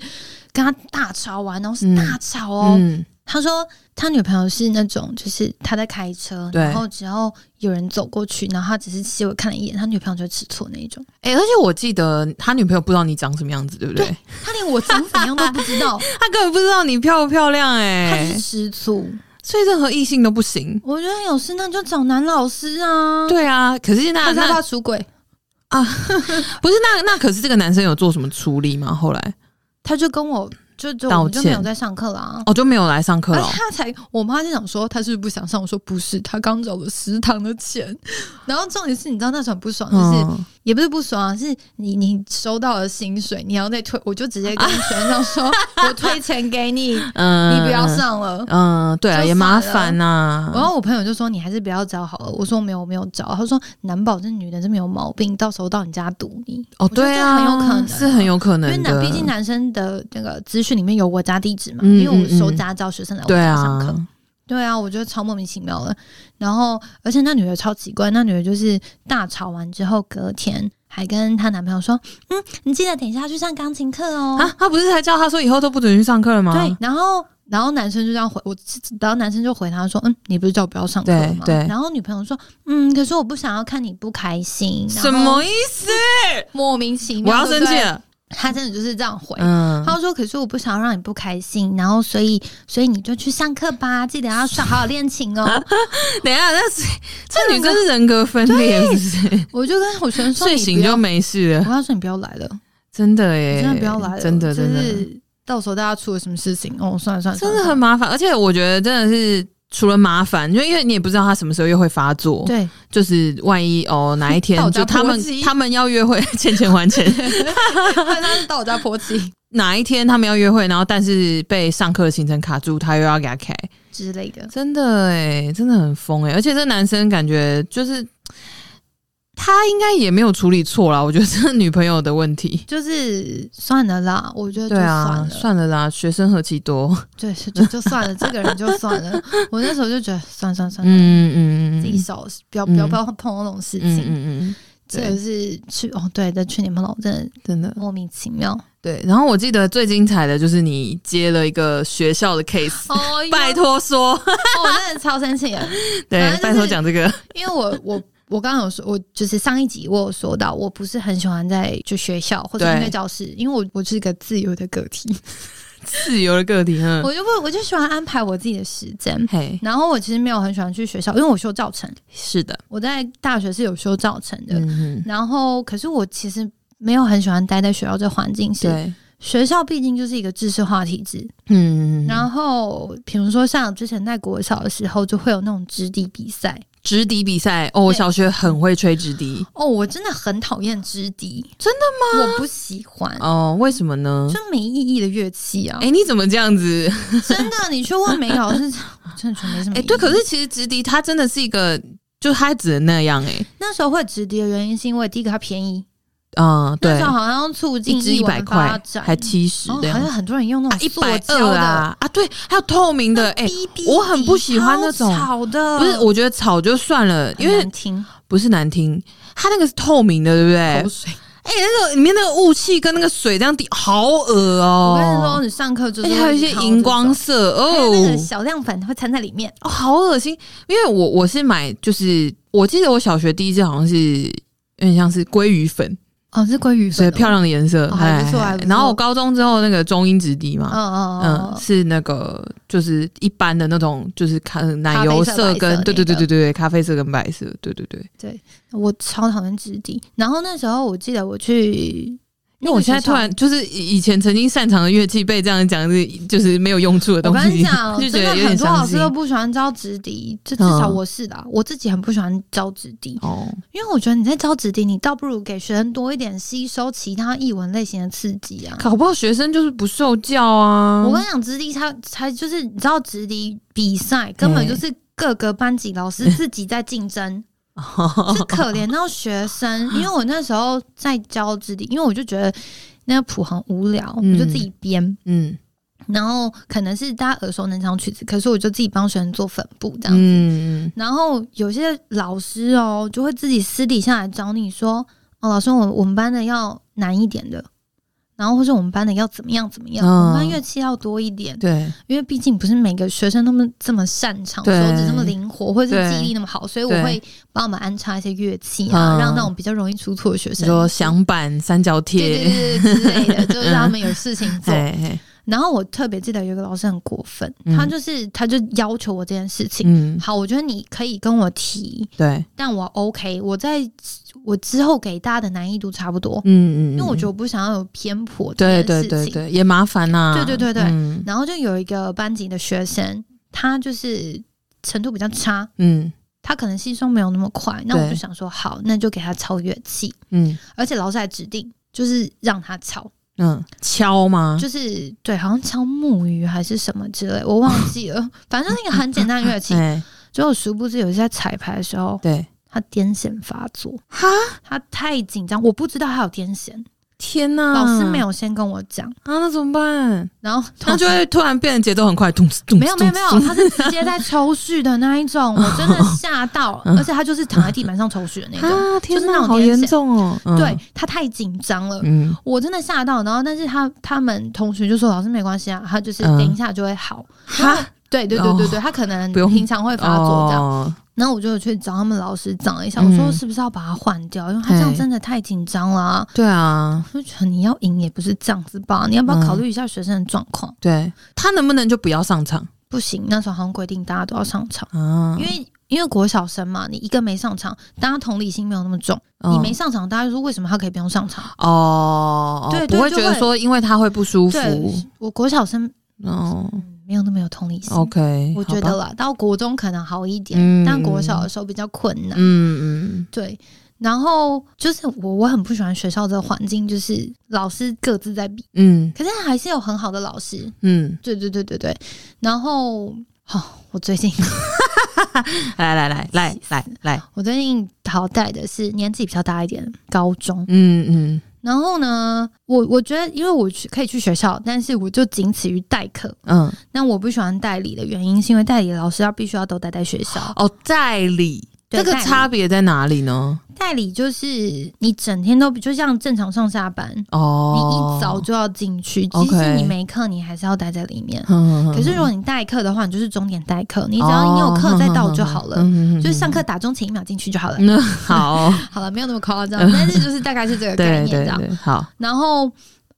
Speaker 2: 跟他大吵完，然后是
Speaker 1: 嗯
Speaker 2: 大吵哦，
Speaker 1: 嗯
Speaker 2: 他说他女朋友是那种，就是他在开车，
Speaker 1: 对
Speaker 2: 然后只要有人走过去，然后他只是稍微看了一眼，他女朋友就会吃醋那一种。
Speaker 1: 哎、而且我记得他女朋友不知道你长什么样子，对不对？
Speaker 2: 对他连我长怎样都不 知道，
Speaker 1: 他根本不知道你漂不漂亮哎、
Speaker 2: 他就是吃醋。
Speaker 1: 所以任何异性都不行。
Speaker 2: 我觉得有事那就找男老师啊。，
Speaker 1: 对啊，可是现在
Speaker 2: 他他
Speaker 1: 那
Speaker 2: 怕出轨，
Speaker 1: 不是那那可是这个男生有做什么处理吗？后来
Speaker 2: 他就跟我就就
Speaker 1: 道
Speaker 2: 我们就没有
Speaker 1: 歉
Speaker 2: 在上课啦。
Speaker 1: 哦就没有来上课
Speaker 2: 而
Speaker 1: 了
Speaker 2: 且。啊他才，我妈就想说他是不是不想上，我说不是，他刚找了食堂的钱。 然后重点是，你知道那时候很不爽，就是、
Speaker 1: 嗯
Speaker 2: 也不是不爽啊，是你你收到了薪水，你要再退，我就直接跟学生说，我退钱 给你，你
Speaker 1: 嗯
Speaker 2: 不要上了。
Speaker 1: 嗯，对
Speaker 2: 就
Speaker 1: 啊，
Speaker 2: 算
Speaker 1: 也麻烦啊呐、
Speaker 2: 然后我朋友就说：“你还是不要找好了。”我说：“我没有，我没有找。”他说：“难保这女的真没有毛病，到时候到你家堵你。
Speaker 1: 哦，
Speaker 2: 我觉得
Speaker 1: 对啊，
Speaker 2: 这很有可能
Speaker 1: 是很有可”
Speaker 2: 因为
Speaker 1: 能
Speaker 2: 男，
Speaker 1: 的，
Speaker 2: 毕竟男生的那个资讯里面有我家地址嘛，
Speaker 1: 嗯
Speaker 2: 因为我收家教学生来我
Speaker 1: 对
Speaker 2: 家
Speaker 1: 啊
Speaker 2: 上课。对啊，我觉得超莫名其妙的。然后，而且那女的超奇怪，那女的就是大吵完之后，隔天还跟她男朋友说：“嗯，你记得等一下去上钢琴课哦。”
Speaker 1: 啊，他不是才叫他说以后都不准去上课了吗？
Speaker 2: 对，然后然后男生就这样回我，然后男生就回他说：“嗯，你不是叫我不要上课
Speaker 1: 对
Speaker 2: 吗？”
Speaker 1: 对
Speaker 2: 然后女朋友说：“嗯，可是我不想要看你不开心。”
Speaker 1: 什么？意思？
Speaker 2: 莫名其
Speaker 1: 我
Speaker 2: 妙，
Speaker 1: 要生
Speaker 2: 对不对
Speaker 1: 气。了。
Speaker 2: 他真的就是这样回。
Speaker 1: 嗯，
Speaker 2: 他说：“可是我不想让你不开心，然后所以所以你就去上课吧，记得要上好好练琴哦。
Speaker 1: 啊等一下，那是这女生是人格分裂，是不是？”
Speaker 2: 我就跟我学生说：“
Speaker 1: 睡
Speaker 2: 你
Speaker 1: 醒
Speaker 2: 不要
Speaker 1: 就，没事了
Speaker 2: 我，要说你不要来了，
Speaker 1: 真的耶，
Speaker 2: 你真的不要来了，
Speaker 1: 真的
Speaker 2: 就
Speaker 1: 真的、
Speaker 2: 是到时候大家出了什么事情，哦，算了算了，
Speaker 1: 真的
Speaker 2: 算了
Speaker 1: 很麻烦。而且我觉得真的是。除了麻烦，就因为你也不知道他什么时候又会发作，
Speaker 2: 对，
Speaker 1: 就是万一哦哪一天
Speaker 2: 到
Speaker 1: 就
Speaker 2: 家
Speaker 1: 他
Speaker 2: 泼
Speaker 1: 们
Speaker 2: 漆
Speaker 1: 他们要约会， 欠钱还钱，
Speaker 2: 但他是到我家泼漆
Speaker 1: 哪一天他们要约会，然后但是被上课的行程卡住，他又要给他开，
Speaker 2: 之类的。
Speaker 1: 真的哎、真的很疯哎、而且这男生感觉就是他应该也没有处理错啦，我觉得这是女朋友的问题。
Speaker 2: 就是算了啦，我觉得就
Speaker 1: 对
Speaker 2: 算
Speaker 1: 啊
Speaker 2: 了，，
Speaker 1: 算了啦，学生何其多。
Speaker 2: 对，就就就算了，这个人就算了。我那时候就觉得算算算了，
Speaker 1: 嗯嗯嗯嗯，
Speaker 2: 自己少不要不
Speaker 1: 嗯
Speaker 2: 要不要碰到那种事
Speaker 1: 嗯
Speaker 2: 情。
Speaker 1: 嗯嗯，
Speaker 2: 这个是去哦，对，在去年碰到，我真的
Speaker 1: 真的
Speaker 2: 莫名其妙。
Speaker 1: 对。然后我记得最精彩的就是你接了一个学校的 case，、
Speaker 2: 哦，
Speaker 1: 拜
Speaker 2: 托，
Speaker 1: 托说，
Speaker 2: 我真的超生气的，
Speaker 1: 对，
Speaker 2: 反正就是
Speaker 1: 拜托讲这个，
Speaker 2: 因为 我我。我刚刚有说，我就是上一集我有说到，我不是很喜欢在就学校或者
Speaker 1: 对
Speaker 2: 音乐教室，因为我我是一个自由的个体，
Speaker 1: 自由的个体，嗯，
Speaker 2: 我就不我就喜欢安排我自己的时间。
Speaker 1: 嘿，
Speaker 2: 然后我其实没有很喜欢去学校，因为我修教程，
Speaker 1: 是的，
Speaker 2: 我在大学是有修教程的，
Speaker 1: 嗯嗯，
Speaker 2: 然后可是我其实没有很喜欢待在学校这环境是，嗯
Speaker 1: 对，
Speaker 2: 学校毕竟就是一个知识化体制。
Speaker 1: 嗯，
Speaker 2: 然后比如说像之前在国小的时候，就会有那种直笛比赛。
Speaker 1: 直笛比赛哦，我
Speaker 2: 对
Speaker 1: 小学很会吹直笛
Speaker 2: 哦，我真的很讨厌直笛，
Speaker 1: 真
Speaker 2: 的吗？我不喜欢。
Speaker 1: 哦，为什么呢？
Speaker 2: 嗯就没意义的乐器啊！
Speaker 1: 哎、你怎么这样子？
Speaker 2: 真的，你去问美老师，我真的觉得没什么
Speaker 1: 哎、
Speaker 2: 意义。
Speaker 1: 对，可是其实直笛它真的是一个，就它只能那样哎、
Speaker 2: 那时候会直笛的原因是因为第一个它便宜，
Speaker 1: 嗯，
Speaker 2: 那
Speaker 1: 对
Speaker 2: 时，候好像促进
Speaker 1: 一支一
Speaker 2: 艺
Speaker 1: 百
Speaker 2: 文发
Speaker 1: 块，
Speaker 2: 展，
Speaker 1: 还七十
Speaker 2: 哦
Speaker 1: 这
Speaker 2: 好
Speaker 1: 样
Speaker 2: 像，很多人用那种
Speaker 1: 一
Speaker 2: 塑
Speaker 1: 百
Speaker 2: 胶
Speaker 1: 二
Speaker 2: 的
Speaker 1: 啊啊，对，还有透明的，哎、
Speaker 2: 哔哔
Speaker 1: 我很不喜欢
Speaker 2: 哔
Speaker 1: 那种
Speaker 2: 超吵的，
Speaker 1: 不是，我觉得吵就算了，因
Speaker 2: 很
Speaker 1: 为
Speaker 2: 难听
Speaker 1: 不是难听，它那个是透明的，对不对
Speaker 2: 口？水。
Speaker 1: 哎、那个里面那个雾气跟那个水这样滴，好恶
Speaker 2: 我跟你说，
Speaker 1: 哦、
Speaker 2: 你上课就
Speaker 1: 而
Speaker 2: 是
Speaker 1: 且
Speaker 2: 会
Speaker 1: 还有一些
Speaker 2: 看到
Speaker 1: 荧
Speaker 2: 这
Speaker 1: 光
Speaker 2: 种
Speaker 1: 色
Speaker 2: 还有那个
Speaker 1: 哦，
Speaker 2: 小亮粉会掺在里面，
Speaker 1: 哦好恶心。因为我我是买，就是我记得我小学第一次好像是有点像是鲑鱼粉，
Speaker 2: 哦，是鲑鱼
Speaker 1: 所以
Speaker 2: 粉，
Speaker 1: 漂。亮的颜色，
Speaker 2: 哦还不错
Speaker 1: 哎
Speaker 2: 还不错
Speaker 1: 然后我高中之后那个中英直笛嘛，
Speaker 2: 嗯嗯
Speaker 1: 嗯，
Speaker 2: 嗯，
Speaker 1: 是那个就是一般的那种，就是看呃奶油色跟
Speaker 2: 咖啡色白色
Speaker 1: 对对对
Speaker 2: 那个
Speaker 1: 对对对，咖啡色跟白色，对对对。
Speaker 2: 我超讨厌质地。然后那时候我记得我去，
Speaker 1: 因为我现在突然就是以以前曾经擅长的乐器被这样讲是就是没有用处的
Speaker 2: 我
Speaker 1: 东
Speaker 2: 跟你
Speaker 1: 西，
Speaker 2: 讲，
Speaker 1: 就觉
Speaker 2: 真的
Speaker 1: 得有点
Speaker 2: 很多老
Speaker 1: 伤
Speaker 2: 师
Speaker 1: 心
Speaker 2: 都不喜欢招直笛，这至少
Speaker 1: 嗯
Speaker 2: 我是的啊，我自己很不喜欢招直笛，
Speaker 1: 哦。
Speaker 2: 因为我觉得你在招直笛，你倒不如给学生多一点吸收其他译文类型的刺激啊。
Speaker 1: 搞不好学生就是不受教啊。
Speaker 2: 我跟你讲，直笛它它就是你知道，直笛比赛根本就是各个班级老师自己在竞争， 是可怜到学生。因为我那时候在教直笛，因为我就觉得那个谱很无聊，
Speaker 1: 嗯
Speaker 2: 我就自己编，
Speaker 1: 嗯
Speaker 2: 然后可能是大家耳熟能详的曲子，可是我就自己帮学生做粉布这样。
Speaker 1: 嗯，
Speaker 2: 然后有些老师哦，就会自己私底下来找你说：“哦，老师，我我们班的要难一点的，然后或者我们班的要怎么样怎么样，
Speaker 1: 嗯
Speaker 2: 我们班乐器要多一点。”
Speaker 1: 对，
Speaker 2: 因为毕竟不是每个学生那么这么擅长，手
Speaker 1: 对
Speaker 2: 指那么灵活，或者是
Speaker 1: 对
Speaker 2: 记忆力那么好，所以我
Speaker 1: 对
Speaker 2: 会帮我们安插一些乐器啊，
Speaker 1: 嗯
Speaker 2: 让那种比较容易出错的学
Speaker 1: 你
Speaker 2: 生
Speaker 1: 说响板、三角
Speaker 2: 对
Speaker 1: 铁，
Speaker 2: 对对对之类的，就是让他们有事情做。
Speaker 1: 哎，哎
Speaker 2: 然后我特别记得有一个老师很过分，
Speaker 1: 嗯
Speaker 2: 他就是他就要求我这件事情。
Speaker 1: 嗯，
Speaker 2: 好，我觉得你可以跟我提，
Speaker 1: 对，
Speaker 2: 但我 OK，我在我之后给大家的难易度差不多，
Speaker 1: 嗯嗯，
Speaker 2: 因为我觉得
Speaker 1: 得
Speaker 2: 我不想要有偏颇这件
Speaker 1: 对
Speaker 2: 事
Speaker 1: 对
Speaker 2: 情。
Speaker 1: 对对，也麻烦呐。
Speaker 2: 对对对对
Speaker 1: 嗯
Speaker 2: 然后就有一个班级的学生，他就是程度比较差，
Speaker 1: 嗯
Speaker 2: 他可能吸收没有那么快，那我
Speaker 1: 对
Speaker 2: 就想说，好，那就给他抄乐器，
Speaker 1: 嗯
Speaker 2: 而且老师还指定就是让他抄，
Speaker 1: 嗯，敲吗？
Speaker 2: 就是对，好像抄木鱼还是什么之类，我忘记
Speaker 1: 嗯
Speaker 2: 了， 反正那个很简单的乐器。
Speaker 1: 哎，
Speaker 2: 结果殊不知有一次在彩排的时候，
Speaker 1: 对，
Speaker 2: 他癫痫发作，
Speaker 1: 嗯哈，
Speaker 2: 他太紧张，我不知道他有癫痫，
Speaker 1: 天呐，
Speaker 2: 老师没有先跟我讲，
Speaker 1: 啊，那怎么办？
Speaker 2: 然后
Speaker 1: 那嗯就会突然变得节奏很快，咚咚，
Speaker 2: 没有没有没有，
Speaker 1: 咚
Speaker 2: 他是直接在抽蓄的那一 种，我真的吓到，
Speaker 1: 嗯
Speaker 2: 而且他就是躺在地板上抽蓄的那种。
Speaker 1: 啊，天
Speaker 2: 就是那
Speaker 1: 呐，
Speaker 2: 种
Speaker 1: 好
Speaker 2: 癫
Speaker 1: 严
Speaker 2: 痫
Speaker 1: 重哦。嗯
Speaker 2: 对，呃他太紧张了，
Speaker 1: 嗯
Speaker 2: 我真的吓到。然后，但是他他们同学就说：“老师没关系啊，他就是
Speaker 1: 嗯
Speaker 2: 等一下就会好。”
Speaker 1: 哈，哦
Speaker 2: 对对对对对，他可能
Speaker 1: 不用
Speaker 2: 平常会发作这样。
Speaker 1: 哦，
Speaker 2: 然后我就去找他们老师讲一下，我说
Speaker 1: 嗯
Speaker 2: 是不是要把他换掉？因为他这样
Speaker 1: 嘿
Speaker 2: 真的太紧张了啊。
Speaker 1: 对啊，
Speaker 2: 我就觉得你要赢也不是这样子吧？你要不要
Speaker 1: 嗯
Speaker 2: 考虑一下学生的状况？
Speaker 1: 对他能不能就不要上场
Speaker 2: 不行，那时候好像规定大家都要上场。
Speaker 1: 啊？
Speaker 2: 因为因为国小生嘛，你一个没上场，大家同理心没有那么重。你
Speaker 1: 嗯
Speaker 2: 没上场，大家就说为什么他可以不用上场？
Speaker 1: 哦，
Speaker 2: 对
Speaker 1: 哦
Speaker 2: 对
Speaker 1: 不会
Speaker 2: 就
Speaker 1: 觉得
Speaker 2: 会
Speaker 1: 说因为他会不舒服
Speaker 2: 对我国小生
Speaker 1: 哦。
Speaker 2: 嗯没有那么有同理心。
Speaker 1: OK，
Speaker 2: 我觉
Speaker 1: 好
Speaker 2: 得
Speaker 1: 吧，
Speaker 2: 啦，到国中可能好一点，
Speaker 1: 嗯
Speaker 2: 但国小的时候比较困难。
Speaker 1: 嗯嗯
Speaker 2: 对，然后就是我我很不喜欢学校的环境，就是老师各自在比，
Speaker 1: 嗯
Speaker 2: 可是还是有很好的老师。
Speaker 1: 嗯，
Speaker 2: 对对对对对，然后好、我最近
Speaker 1: 来来来来来来，
Speaker 2: 我最近好带的是年纪比较大一点，高中。
Speaker 1: 嗯嗯
Speaker 2: 然后呢，我我觉得，因为我去可以去学校，但是我就仅此于代课。
Speaker 1: 嗯，
Speaker 2: 那我不喜欢代理的原因，是因为代理的老师要必须要都待在学校。
Speaker 1: 哦，代理
Speaker 2: 对
Speaker 1: 这个
Speaker 2: 代理
Speaker 1: 差别在哪里呢？
Speaker 2: 代理就是你整天都就像正常上下班，
Speaker 1: 哦
Speaker 2: 你，一早就要进去，即
Speaker 1: OK
Speaker 2: 使你没课，你还是要待在里面。
Speaker 1: 嗯，嗯
Speaker 2: 可是如果你代课的话，你就是终点代课，你只要你有
Speaker 1: 哦
Speaker 2: 课再到就好了，
Speaker 1: 嗯
Speaker 2: 就是上课打钟前一秒进去就好了。
Speaker 1: 嗯， 好，
Speaker 2: 好了，没有那么夸张，但是就是大概是这个概
Speaker 1: 对
Speaker 2: 念这
Speaker 1: 对
Speaker 2: 样。
Speaker 1: 对，好，
Speaker 2: 然后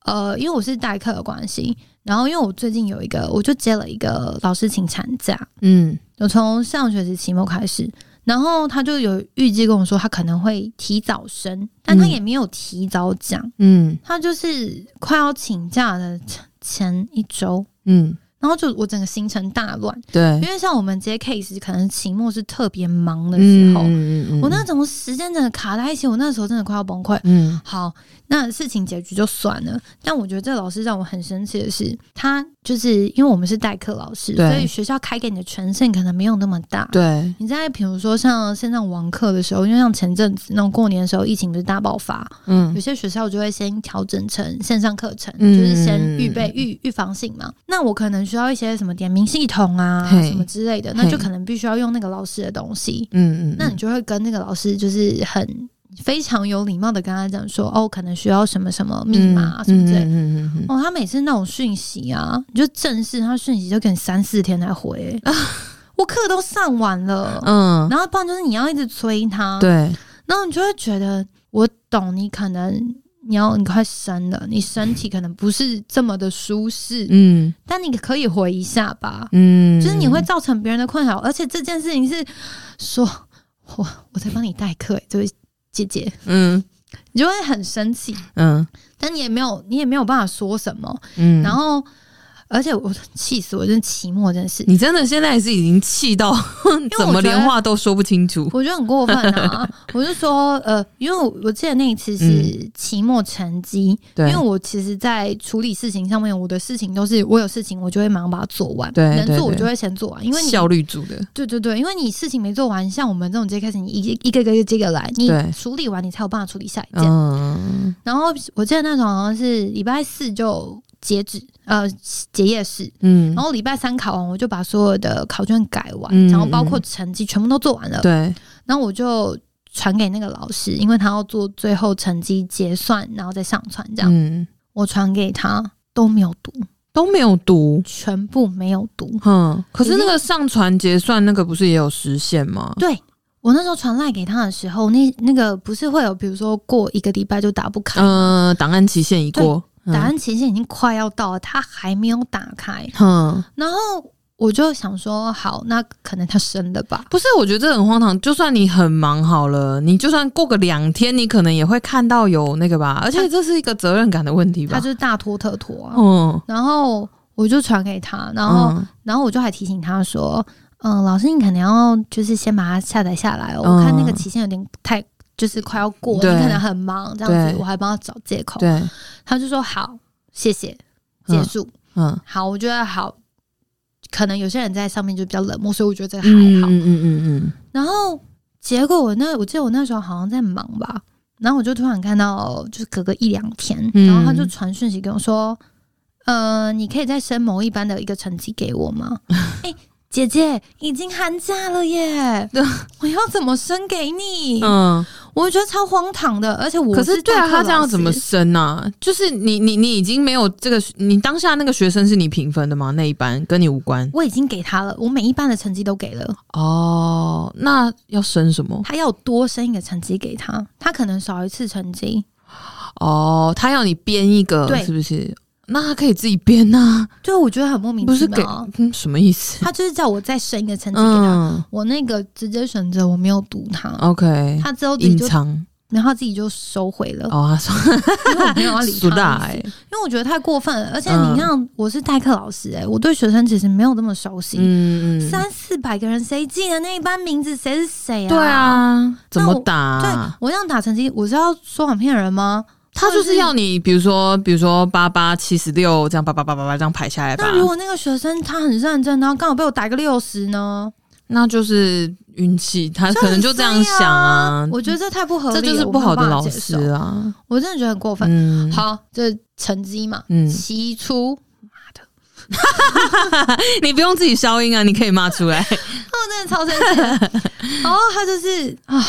Speaker 2: 呃，因为我是代课的关系，然后因为我最近有一个，我就接了一个老师请产假，
Speaker 1: 嗯
Speaker 2: 我从上学期期末开始，然后他就有预计跟我说他可能会提早生，但他
Speaker 1: 嗯
Speaker 2: 也没有提早讲，
Speaker 1: 嗯
Speaker 2: 他就是快要请假的前一周，
Speaker 1: 嗯，
Speaker 2: 然然后就我整个行程大乱，
Speaker 1: 对
Speaker 2: 因，为像我们这些 case 可能期末是特别忙的时
Speaker 1: 嗯
Speaker 2: 候，
Speaker 1: 嗯嗯
Speaker 2: 我那种时间真的卡在一起，我那时候真的快要崩溃。
Speaker 1: 嗯
Speaker 2: 好，那事情结局就算了。但我觉得这老师让我很生气的是，他就是因为我们是代课老师，
Speaker 1: 对
Speaker 2: 所以学校开给你的权限可能没有那么大。
Speaker 1: 对，
Speaker 2: 你在比如说像线上网课的时候，因为像前阵子那种过年的时候，疫情不是大爆发，有
Speaker 1: 嗯
Speaker 2: 些学校就会先调整成线上课程，
Speaker 1: 嗯
Speaker 2: 就是先预备预预防性嘛。那我可能需要一些什么点名系统啊
Speaker 1: 嘿
Speaker 2: 什么之类的，
Speaker 1: 嘿
Speaker 2: 那就可能必须要用那个老师的东西。
Speaker 1: 嗯嗯，
Speaker 2: 那你就会跟那个老师就是很非常有礼貌的跟他讲说，哦，可能需要什么什么密码、啊、什么之类的。
Speaker 1: 嗯嗯嗯
Speaker 2: 哦，他每次那种讯息啊，你就正式他讯息就给你三四天 才回、我课都上完了，
Speaker 1: 嗯，
Speaker 2: 然后不然就是你要一直催他，
Speaker 1: 对，
Speaker 2: 然后你就会觉得，我懂你可能你要你快生了，你身体可能不是这么的舒适，
Speaker 1: 嗯
Speaker 2: 但你可以回一下吧，
Speaker 1: 嗯，
Speaker 2: 就是你会造成别人的困扰，而且这件事情是说我我在帮你代课、欸，这位姐姐，
Speaker 1: 嗯
Speaker 2: 你就会很生气，
Speaker 1: 嗯
Speaker 2: 但你也没有你也没有办法说什么，
Speaker 1: 嗯，
Speaker 2: 然后。而且我气死我，真的期末真的是，
Speaker 1: 你真的现在是已经气到 怎么连话都说不清楚，
Speaker 2: 我觉得很过分 啊！我就说，呃，因为我我记得那一次是期末成绩，
Speaker 1: 嗯对
Speaker 2: 因为我其实，在处理事情上面，我的事情都是我有事情，我就会马上把它做完，
Speaker 1: 对
Speaker 2: 能
Speaker 1: 对
Speaker 2: 做我
Speaker 1: 对
Speaker 2: 就会先做完，因为你
Speaker 1: 效率组的，
Speaker 2: 对对对，因为你事情没做完，像我们这种直接开始，你一一个一个接个来，你
Speaker 1: 对
Speaker 2: 处理完，你才有办法处理下一件。
Speaker 1: 嗯
Speaker 2: 然后我记得那种好像是礼拜四就截止，呃，结业式，
Speaker 1: 嗯
Speaker 2: 然，后礼拜三考完，我就把所有的考卷改完，
Speaker 1: 嗯
Speaker 2: 然后包括成绩全部都做完了。
Speaker 1: 对，
Speaker 2: 然后我就传给那个老师，因为他要做最后成绩结算，然后再上传这样。
Speaker 1: 嗯，
Speaker 2: 我传给他都没有读，
Speaker 1: 都没有读。
Speaker 2: 全部没有读。
Speaker 1: 嗯，可是那个上传结算那个不是也有时限吗？
Speaker 2: 对我那时候传赖给他的时候，那那个不是会有，比如说过一个礼拜就打不开，
Speaker 1: 嗯，档案期限已过，嗯
Speaker 2: 答案期限已经快要到了，他还没有打开，
Speaker 1: 嗯，
Speaker 2: 然后。我就想说，好，那可能他生了吧。
Speaker 1: 不是，我觉得这很荒唐。就算你很忙好了，你就算过个两天，你可能也会看到有那个吧。而且这是一个责任感的问题
Speaker 2: 他
Speaker 1: 吧
Speaker 2: 就。是大拖特拖啊。
Speaker 1: 嗯，
Speaker 2: 然后我就传给他，然后
Speaker 1: 嗯
Speaker 2: 然后我就还提醒他说：“嗯，老师，你可能要就是先把它下载下来哦，
Speaker 1: 嗯
Speaker 2: 我看那个期限有点太，就是快要过，你
Speaker 1: 对
Speaker 2: 可能很忙这样子
Speaker 1: 对，
Speaker 2: 我还帮他找借口。
Speaker 1: 对，”
Speaker 2: 他就说：“好，谢谢，结束。
Speaker 1: 嗯，
Speaker 2: 好，我觉得好。可能有些人在上面就比较冷漠，所以我觉得这个还
Speaker 1: 嗯
Speaker 2: 好。
Speaker 1: 嗯嗯嗯
Speaker 2: 然后结果我那我记得我那时候好像在忙吧，然后我就突然看到，就是隔个一两天，
Speaker 1: 嗯
Speaker 2: 然后他就传讯息跟我说：“呃，你可以再升某一班的一个成绩给 我吗？”哎、姐姐已经寒假了耶，我要怎么升给你？
Speaker 1: 嗯嗯。
Speaker 2: 我觉得超荒唐的，而且我
Speaker 1: 可是对啊，
Speaker 2: 代课
Speaker 1: 他这样
Speaker 2: 老师
Speaker 1: 怎么升啊？就是你你你已经没有这个，你当下那个学生是你评分的吗？那一班跟你无关
Speaker 2: 我已经给他了，我每一班的成绩都给了，
Speaker 1: 哦。那要升什么？
Speaker 2: 他要多升一个成绩给他，他可能少一次成绩，
Speaker 1: 哦，他要你编一个，
Speaker 2: 对
Speaker 1: 是不是？那他可以自己编啊呐、
Speaker 2: 对，我觉得很莫名
Speaker 1: 不是
Speaker 2: 其
Speaker 1: 给
Speaker 2: 妙。
Speaker 1: 嗯什么意思？
Speaker 2: 他就是叫我再升一个成绩给他，
Speaker 1: 嗯
Speaker 2: 我那个直接选择我没有读他，
Speaker 1: ，OK，
Speaker 2: 他之后自己
Speaker 1: 哦隐
Speaker 2: 就，
Speaker 1: 藏
Speaker 2: 然后他自己就收回了，
Speaker 1: 哦，他 说
Speaker 2: 因为我没有要 理
Speaker 1: 苏
Speaker 2: 他
Speaker 1: 大
Speaker 2: 的意
Speaker 1: 哎
Speaker 2: 思，，因为我觉得太过分了。而且
Speaker 1: 嗯
Speaker 2: 你看，我是代课老师、哎、我对学生其实没有那么熟悉，
Speaker 1: 嗯
Speaker 2: 三四百个人谁记得那一班名字谁是谁啊？
Speaker 1: 对，啊，怎么打
Speaker 2: 对
Speaker 1: 啊？
Speaker 2: 我这样打成绩，我是要说谎骗人吗？
Speaker 1: 他就
Speaker 2: 或者
Speaker 1: 是要。你，比如说，比如说八八七十六这样，八八八八八这样排下来吧
Speaker 2: 那。如果那个学生他很认真，然后刚好被我打个六十呢？
Speaker 1: 那就是运气，他可能就这样想啊
Speaker 2: 啊，，我觉得这太不合理
Speaker 1: 这
Speaker 2: 了，
Speaker 1: 就是不
Speaker 2: 我没有
Speaker 1: 好的
Speaker 2: 办法
Speaker 1: 老
Speaker 2: 接
Speaker 1: 师
Speaker 2: 受
Speaker 1: 啊。
Speaker 2: 我真的觉得很过分。
Speaker 1: 嗯，
Speaker 2: 好，这成绩嘛，
Speaker 1: 嗯
Speaker 2: 期初
Speaker 1: 你不用自己消音啊，你可以骂出来。
Speaker 2: 哦，真的超生气的。然后他就是啊，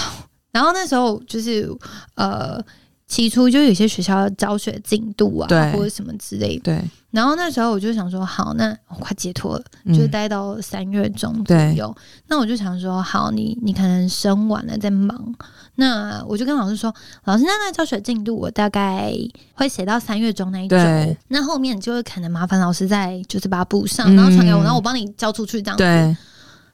Speaker 2: 然后那时候就是呃，起初就有些学校要教学进度啊，
Speaker 1: 对
Speaker 2: 或者什么之类的。
Speaker 1: 对，
Speaker 2: 然后那时候我就想说，好，那我快解脱了，
Speaker 1: 嗯
Speaker 2: 就待到三月中左右。那我就想说，好，你你可能生完了再忙。那我就跟老师说，老师，那那教学进度我大概会写到三月中那一周
Speaker 1: 对。
Speaker 2: 那后面就会可能麻烦老师再就是把它补上，
Speaker 1: 嗯
Speaker 2: 然后传给我，然后我帮你交出去这样子。
Speaker 1: 对，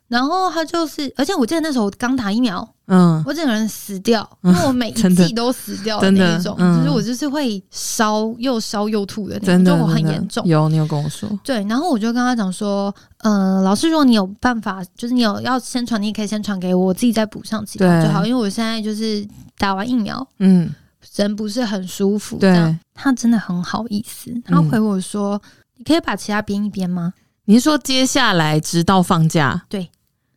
Speaker 2: 然后他就是，而且我记得那时候我刚打疫苗，
Speaker 1: 嗯，
Speaker 2: 我整个人死掉，
Speaker 1: 嗯
Speaker 2: 因为我每一
Speaker 1: 真的
Speaker 2: 季都死掉
Speaker 1: 真的
Speaker 2: 那一种，
Speaker 1: 嗯
Speaker 2: 就是我就是会烧又烧又吐的那
Speaker 1: 真
Speaker 2: 种，
Speaker 1: 的
Speaker 2: 就我很
Speaker 1: 真的
Speaker 2: 严重。
Speaker 1: 有你有跟我说，
Speaker 2: 对，然后我就跟他讲说，呃，老师，如果你有办法，就是你有要先传，你也可以先传给我，我自己再补上几条
Speaker 1: 对
Speaker 2: 就好，因为我现在就是打完疫苗，
Speaker 1: 嗯，
Speaker 2: 人不是很舒服。这样
Speaker 1: 对，嗯
Speaker 2: 他真的很好意思，他回我说，你可以把其他编一编吗？
Speaker 1: 你是说接下来直到放假，
Speaker 2: 对，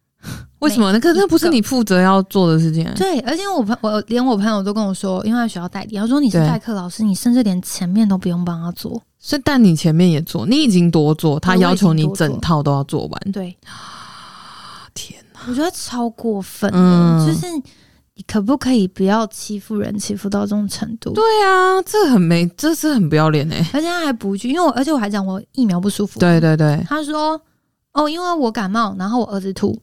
Speaker 1: 为什么？那可那不是你负责要做的事情，啊
Speaker 2: 对，而且我朋我连我朋友都跟我说，因为他学校代理，他说你是
Speaker 1: 对
Speaker 2: 代课老师，你甚至连前面都不用帮他做。
Speaker 1: 所以但你前面也做，你已经多做，他
Speaker 2: 对我
Speaker 1: 要
Speaker 2: 已
Speaker 1: 求
Speaker 2: 经
Speaker 1: 你
Speaker 2: 多做
Speaker 1: 整套都要做完，
Speaker 2: 对，
Speaker 1: 天哪，
Speaker 2: 我觉得超过分的，
Speaker 1: 嗯
Speaker 2: 就是你可不可以不要欺负人，欺负到这种程度？
Speaker 1: 对啊，这很没，这是很不要脸哎、
Speaker 2: 而且他还补一句，因为我而且我还讲我疫苗不舒服。
Speaker 1: 对，对对，
Speaker 2: 他说哦，因为我感冒，然后我儿子吐。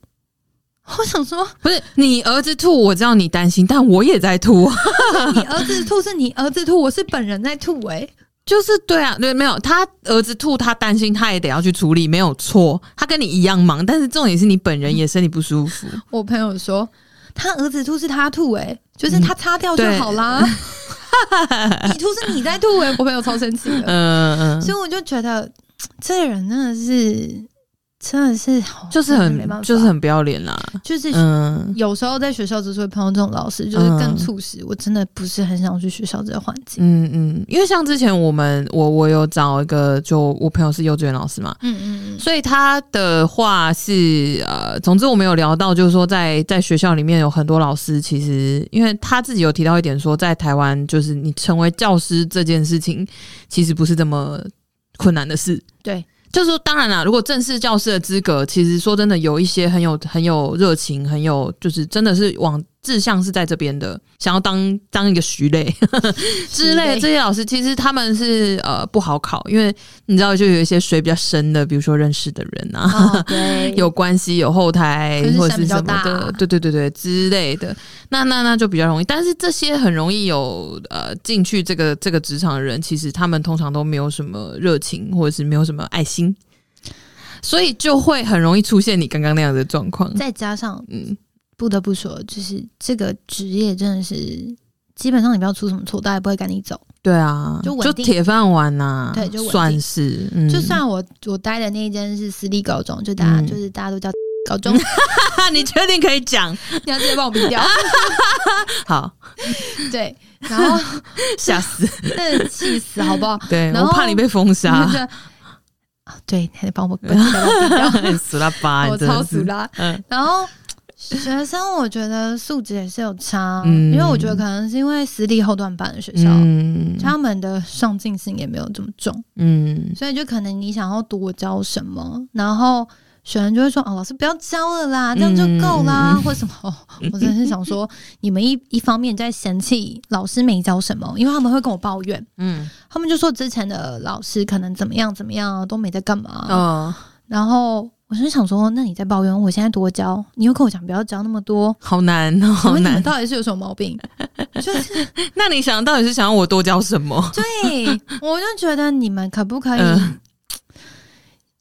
Speaker 2: 我想说，
Speaker 1: 不是你儿子吐，我知道你担心，但我也在吐，
Speaker 2: 你儿子吐是你儿子吐，我是本人在吐哎、
Speaker 1: 就是对啊，对，没有他儿子吐，他担心，他也得要去处理，没有错，他跟你一样忙，但是重点是你本人也身体不舒 服，
Speaker 2: 我朋友说他儿子吐是他吐哎、就是他擦掉就好啦。 你吐是你在吐哎、嗯我朋友超生气的，
Speaker 1: 嗯嗯
Speaker 2: 所以我就觉得这个人真的是真的是好，
Speaker 1: 就是
Speaker 2: 真的没办
Speaker 1: 很
Speaker 2: 法
Speaker 1: 就是很不要脸啦，
Speaker 2: 就是。
Speaker 1: 嗯，
Speaker 2: 有时候在学校就是会碰到这种老师，就是更促使我真的不是很想去学校这个环境。
Speaker 1: 嗯嗯，因为像之前我们我我有找一个，就我朋友是幼稚园老师嘛，
Speaker 2: 嗯嗯嗯，
Speaker 1: 所以他的话是呃，总之我们有聊到，就是说在在学校里面有很多老师，其实因为他自己有提到一点说，在台湾就是你成为教师这件事情，其实不是这么困难的事。
Speaker 2: 对，
Speaker 1: 就是说，当然啦，如果正式教师的资格，其实说真的，有一些很有很有热情，很有就是真的是往志向是在这边的，想要当当一个徐 类之类的
Speaker 2: 徐类
Speaker 1: 这些老师，其实他们是呃不好考，因为你知道，就有一些水比较深的，比如说认识的人啊，
Speaker 2: 哦 对，
Speaker 1: 有关系、有后台
Speaker 2: 就是
Speaker 1: 或者
Speaker 2: 山
Speaker 1: 是
Speaker 2: 比较
Speaker 1: 什么
Speaker 2: 大啊
Speaker 1: 的，对对对对之类的，那那那就比较容易。但是这些很容易有呃进去这个这个职场的人，其实他们通常都没有什么热情，或者是没有什么爱心，所以就会很容易出现你刚刚那样的状况。
Speaker 2: 再加上
Speaker 1: 嗯，
Speaker 2: 不得不说，就是这个职业真的是基本上你不要出什么错，大家也不会赶你走。
Speaker 1: 对啊，
Speaker 2: 就稳
Speaker 1: 就
Speaker 2: 定
Speaker 1: 铁饭碗呐、
Speaker 2: 对就稳定
Speaker 1: 算是，嗯、
Speaker 2: 就算我我待的那一间是私立高中，就大家、
Speaker 1: 嗯
Speaker 2: 就是大家都叫 高 中，
Speaker 1: 你确定可以讲
Speaker 2: 你要直接帮我逼 掉。
Speaker 1: 好，
Speaker 2: 对，然后
Speaker 1: 吓 死！
Speaker 2: 真的气死，好不好？
Speaker 1: 对
Speaker 2: 然
Speaker 1: 我
Speaker 2: 后
Speaker 1: 怕你被封杀
Speaker 2: 然 后，就啊对，还得帮我，我记得帮我逼 掉
Speaker 1: 死了吧，啊
Speaker 2: 我
Speaker 1: 你真的
Speaker 2: 哦超
Speaker 1: 是
Speaker 2: 熟啦。
Speaker 1: 嗯
Speaker 2: 然后学生，我觉得素质也是有差，
Speaker 1: 嗯
Speaker 2: 因为我觉得可能是因为私立后段班的学校，
Speaker 1: 嗯
Speaker 2: 他们的上进心也没有这么重。
Speaker 1: 嗯，
Speaker 2: 所以就可能你想要多教什么，然后学生就会说：“哦，老师不要教了啦，这样就够啦，
Speaker 1: 嗯
Speaker 2: 或什么。哦”我真的是想说，你们一一方面在嫌弃老师没教什么，因为他们会跟我抱怨，
Speaker 1: 嗯，
Speaker 2: 他们就说之前的老师可能怎么样怎么样啊，都没在干嘛。
Speaker 1: 哦，
Speaker 2: 然后我就想说，那你在抱怨，我现在多教，你又跟我讲不要教那么多。
Speaker 1: 好难，哦好
Speaker 2: 请问你
Speaker 1: 难
Speaker 2: 们。到底是有什么 毛病？就是
Speaker 1: 那你想到底是想要我多教什 么？
Speaker 2: 对，我就觉得你们可不可以
Speaker 1: 嗯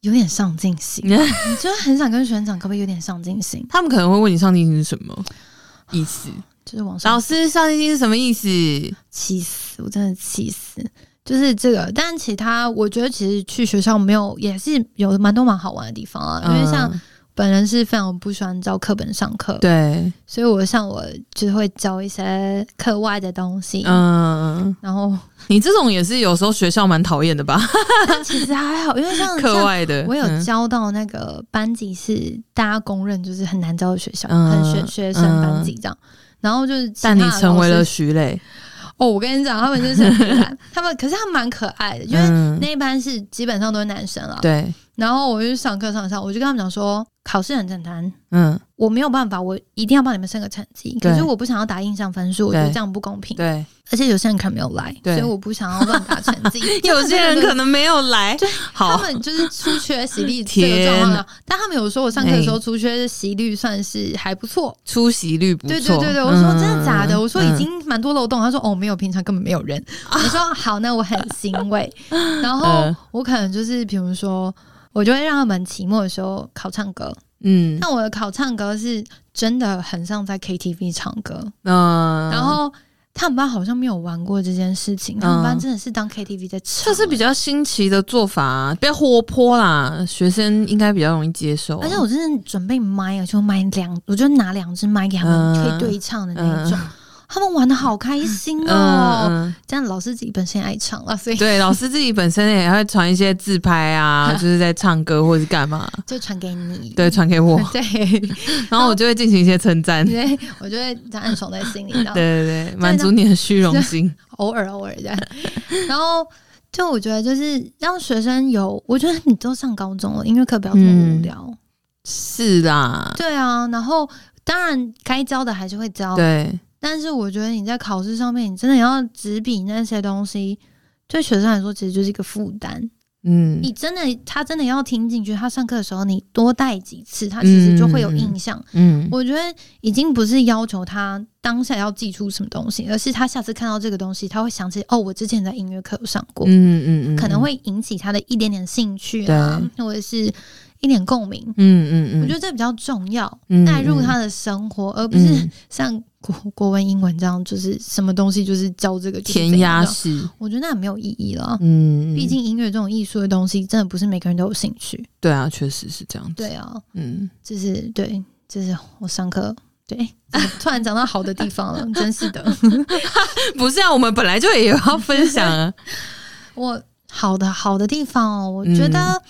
Speaker 2: 有点上进心？你就是很想跟学生讲，可不可以有点上进心？
Speaker 1: 他们可能会问你上进心是什么意思？
Speaker 2: 就是往
Speaker 1: 老
Speaker 2: 上
Speaker 1: 师，上进心是什么意思？
Speaker 2: 气死，我真的气死。就是这个，但其他我觉得其实去学校没有，也是有蛮多蛮好玩的地方啊。因为像
Speaker 1: 嗯
Speaker 2: 本人是非常不喜欢照课本上课，
Speaker 1: 对，
Speaker 2: 所以我像我就会教一些课外的东西。
Speaker 1: 嗯，
Speaker 2: 然后，
Speaker 1: 你这种也是有时候学校蛮讨厌的吧？
Speaker 2: 但其实还好，因 为像
Speaker 1: 课
Speaker 2: 像
Speaker 1: 外的，
Speaker 2: 我有
Speaker 1: 嗯
Speaker 2: 教到那个班级是大家公认就是很难教的学校，
Speaker 1: 嗯
Speaker 2: 很学学生班级这样。然后就是其他
Speaker 1: 但
Speaker 2: 的
Speaker 1: 你
Speaker 2: 老师，
Speaker 1: 成为了徐磊，
Speaker 2: 哦，我跟你讲，他们就是很可爱他们可是他们蛮可爱的，因为
Speaker 1: 嗯
Speaker 2: 那一班是基本上都是男生了。
Speaker 1: 对，
Speaker 2: 然后我就上课上上，我就跟他们讲说，考试很简单，
Speaker 1: 嗯，
Speaker 2: 我没有办法，我一定要帮你们升个成绩。
Speaker 1: 对
Speaker 2: 可是我不想要打印象分数，我觉得
Speaker 1: 对
Speaker 2: 这样不公平。
Speaker 1: 对，
Speaker 2: 而且有些人可能没有来，
Speaker 1: 对。
Speaker 2: 所以我不想要乱打成绩
Speaker 1: 有些人可能没有来
Speaker 2: 对， 他
Speaker 1: 好，
Speaker 2: 们就是出缺席 率这个状况
Speaker 1: 天哎
Speaker 2: 啊，但他们有说我上课的时候出缺席率算是还不错。
Speaker 1: 出席率不错。
Speaker 2: 对对对对，我说真的假的？
Speaker 1: 嗯
Speaker 2: 我说已经蛮多漏洞。他说哦没有，平常根本没有 人。我说好，那我很欣慰。然后
Speaker 1: 嗯
Speaker 2: 我可能就是比如说，我就会让他们期末的时候考唱歌，
Speaker 1: 嗯，
Speaker 2: 那我的考唱歌是真的很像在 KTV 唱歌，
Speaker 1: 嗯那
Speaker 2: 然后他们班好像没有玩过这件事情，他们班真的是当 KTV 在
Speaker 1: 嗯
Speaker 2: 唱、
Speaker 1: 这是比较新奇的做法、啊，比较活泼啦，学生应该比较容易接受啊、
Speaker 2: 而且我真的准备麦啊，就麦两，我就拿两只麦给他们
Speaker 1: 嗯
Speaker 2: 可以对唱的那一种，他们玩的好开心
Speaker 1: 嗯
Speaker 2: 哦。这样老师自己本身也爱唱了，所以
Speaker 1: 对，老师自己本身也会传一些自拍啊，就是在唱歌或是干 嘛，
Speaker 2: 就传给你。
Speaker 1: 对，传给我，
Speaker 2: 对
Speaker 1: 然后我就会进行一些称赞，对
Speaker 2: 对，我就会这样暗爽在心里，然后
Speaker 1: 对对，满足你的虚荣 心，
Speaker 2: 偶尔偶尔这样。然后就我觉得就是让学生有，我觉得你都上高中了，音乐课不要这么无
Speaker 1: 嗯
Speaker 2: 聊。
Speaker 1: 是啦，
Speaker 2: 对啊，然后当然该教的还是会教，
Speaker 1: 对，
Speaker 2: 但是我觉得你在考试上面，你真的要执笔那些东西，对学生来说其实就是一个负担。
Speaker 1: 嗯
Speaker 2: 你真的他真的要听进去，他上课的时候你多带几次，他其实就会有印象。
Speaker 1: 嗯，
Speaker 2: 我觉得已经不是要求他当下要记出什么东西，而是他下次看到这个东西，他会想起哦，我之前在音乐课有上过，
Speaker 1: 嗯嗯嗯，
Speaker 2: 可能会引起他的一点点兴趣
Speaker 1: 对
Speaker 2: 啊，或者是一点共鸣。
Speaker 1: 嗯，嗯嗯嗯，嗯
Speaker 2: 我觉得这比较重要，
Speaker 1: 得
Speaker 2: 带入他的生活，而不
Speaker 1: 嗯
Speaker 2: 是像国国文、英文这样，就是什么东西就是教这个就是
Speaker 1: 填
Speaker 2: 怎
Speaker 1: 鸭
Speaker 2: 样的
Speaker 1: 式，
Speaker 2: 我觉得那没有意义了。
Speaker 1: 嗯，
Speaker 2: 毕竟音乐这种艺术的东西，真的不是每个人都有兴趣。
Speaker 1: 对啊，确实是这样子，
Speaker 2: 对啊，
Speaker 1: 嗯，
Speaker 2: 就是对，就是我上课对，怎么突然讲到好的地 方了，真是的。
Speaker 1: 不是啊，我们本来就也有要分享啊，
Speaker 2: 我好的好的地方哦，我觉得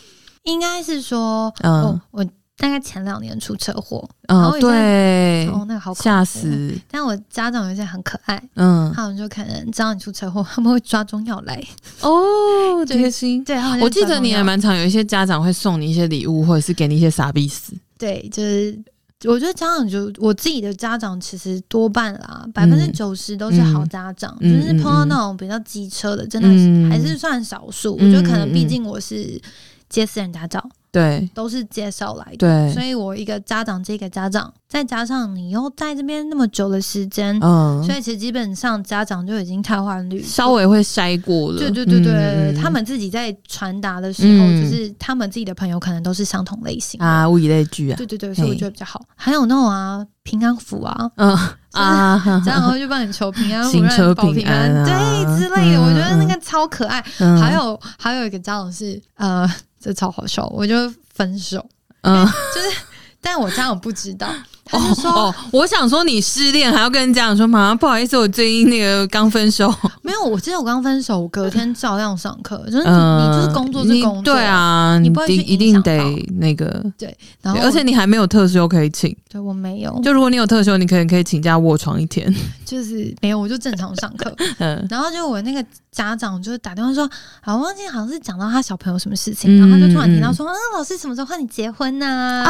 Speaker 2: 应该是说，
Speaker 1: 嗯
Speaker 2: 哦，我大概前两年出车祸，
Speaker 1: 嗯，对，
Speaker 2: 哦，那个好恐怖啊
Speaker 1: 吓！死，
Speaker 2: 但我家长有些很可爱，
Speaker 1: 嗯，
Speaker 2: 他们就可能知道你出车祸，他们会抓中药来。
Speaker 1: 哦，
Speaker 2: 对
Speaker 1: 贴心。
Speaker 2: 对，他们就
Speaker 1: 我记
Speaker 2: 抓
Speaker 1: 得
Speaker 2: 中
Speaker 1: 你也
Speaker 2: 药
Speaker 1: 蛮常有一些家长会送你一些礼物，或者是给你一些傻逼死。
Speaker 2: 对，就是。我觉得家长就我自己的家长，其实多半啦，百分之九十都是好家长，
Speaker 1: 嗯
Speaker 2: 就是碰到那种比较机车的，真的是、
Speaker 1: 嗯
Speaker 2: 还是算少数。
Speaker 1: 嗯
Speaker 2: 我觉得可能毕
Speaker 1: 嗯
Speaker 2: 竟我是接私人家教，
Speaker 1: 对
Speaker 2: 都是介绍来的，
Speaker 1: 对
Speaker 2: 所，以我一个家长接一个家长，再加上你又在这边那么久的时间，
Speaker 1: 嗯
Speaker 2: 所，以其实基本上家长就已经瘫痪率
Speaker 1: 稍。微会筛过了。
Speaker 2: 对对对对，
Speaker 1: 嗯
Speaker 2: 他们自己在传达的时候，
Speaker 1: 嗯
Speaker 2: 就是他们自己的朋友可能都是相同类型的
Speaker 1: 啊，物以类聚啊，
Speaker 2: 对对对，所以我觉得比较好。还有那种啊，平安符 啊，
Speaker 1: 嗯 啊，哈
Speaker 2: 家
Speaker 1: 哈
Speaker 2: 长会去帮你求平安符，
Speaker 1: 行
Speaker 2: 让
Speaker 1: 车
Speaker 2: 你保
Speaker 1: 平
Speaker 2: 平
Speaker 1: 安啊
Speaker 2: 对之类的。我觉得那
Speaker 1: 嗯
Speaker 2: 个超可爱。
Speaker 1: 嗯
Speaker 2: 还有还有一个家长是呃，这超好笑，我就分手，
Speaker 1: 嗯，
Speaker 2: 但我家长不知 道，他就说、
Speaker 1: 哦，我想说你失恋还要跟人家长说，妈妈不好意思，我最近那个刚分手。
Speaker 2: 没有。我记得我刚分手，我隔天照样上课，就是你、
Speaker 1: 嗯，
Speaker 2: 你就是工作是
Speaker 1: 你
Speaker 2: 工作，
Speaker 1: 对。啊，
Speaker 2: 你
Speaker 1: 你
Speaker 2: 不会去
Speaker 1: 一
Speaker 2: 影
Speaker 1: 定
Speaker 2: 响
Speaker 1: 得
Speaker 2: 到
Speaker 1: 那个。
Speaker 2: 然后哦
Speaker 1: 对而且你还没有特休可以请，
Speaker 2: 对我没有，就
Speaker 1: 就如果你有特休，你可能可以请假卧床一天。
Speaker 2: 就是没有，我就正常上课。
Speaker 1: 嗯，
Speaker 2: 然后就我那个家长就打电话说，啊，我忘记好像是讲到他小朋友什么事情，然后他就突然听到说，嗯，老师什么时候和你结婚呐、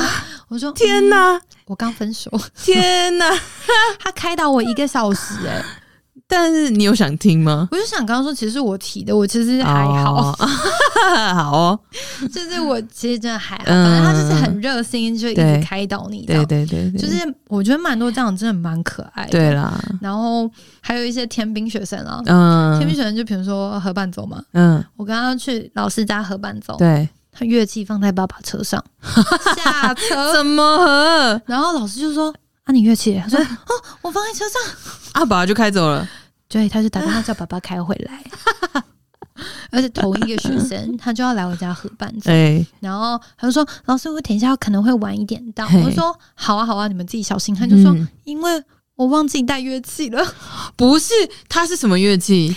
Speaker 2: 我说
Speaker 1: 啊天、
Speaker 2: 嗯
Speaker 1: 哪，
Speaker 2: 我刚分手，
Speaker 1: 天哪！
Speaker 2: 他开导我一个小时、哎，
Speaker 1: 但是你有想听吗？
Speaker 2: 我就想刚刚说，其实是我提的，我其实还好，
Speaker 1: 哦， 好哦，
Speaker 2: 就是我其实真的还好，
Speaker 1: 嗯
Speaker 2: 反正他就是很热心，就一直
Speaker 1: 对
Speaker 2: 开导你，这
Speaker 1: 对
Speaker 2: 样。
Speaker 1: 对对对，
Speaker 2: 就是我觉得蛮多家长真的蛮可爱的，
Speaker 1: 对啦，
Speaker 2: 然后还有一些天兵学生啊，天
Speaker 1: 嗯
Speaker 2: 兵学生就比如说合伴奏嘛，
Speaker 1: 嗯，
Speaker 2: 我刚刚去老师家合伴奏，
Speaker 1: 对，
Speaker 2: 他乐器放在爸爸车上下车，
Speaker 1: 怎么和
Speaker 2: 然后老师就说：“啊，你乐器？” 他说：“哦，我放在车上。
Speaker 1: 阿宝就开走了？”
Speaker 2: 对，他就打电话叫爸爸开回来。 而且同一个学生，他就要来我家合伴 奏，
Speaker 1: 哎，
Speaker 2: 然后他就说：“老师，我等一下可能会晚一点到。”
Speaker 1: 嘿
Speaker 2: 我说：“好啊，好啊，你们自己小心。”他就说
Speaker 1: 嗯：“
Speaker 2: 因为我忘记带乐器了，
Speaker 1: 不是，他是什么乐器？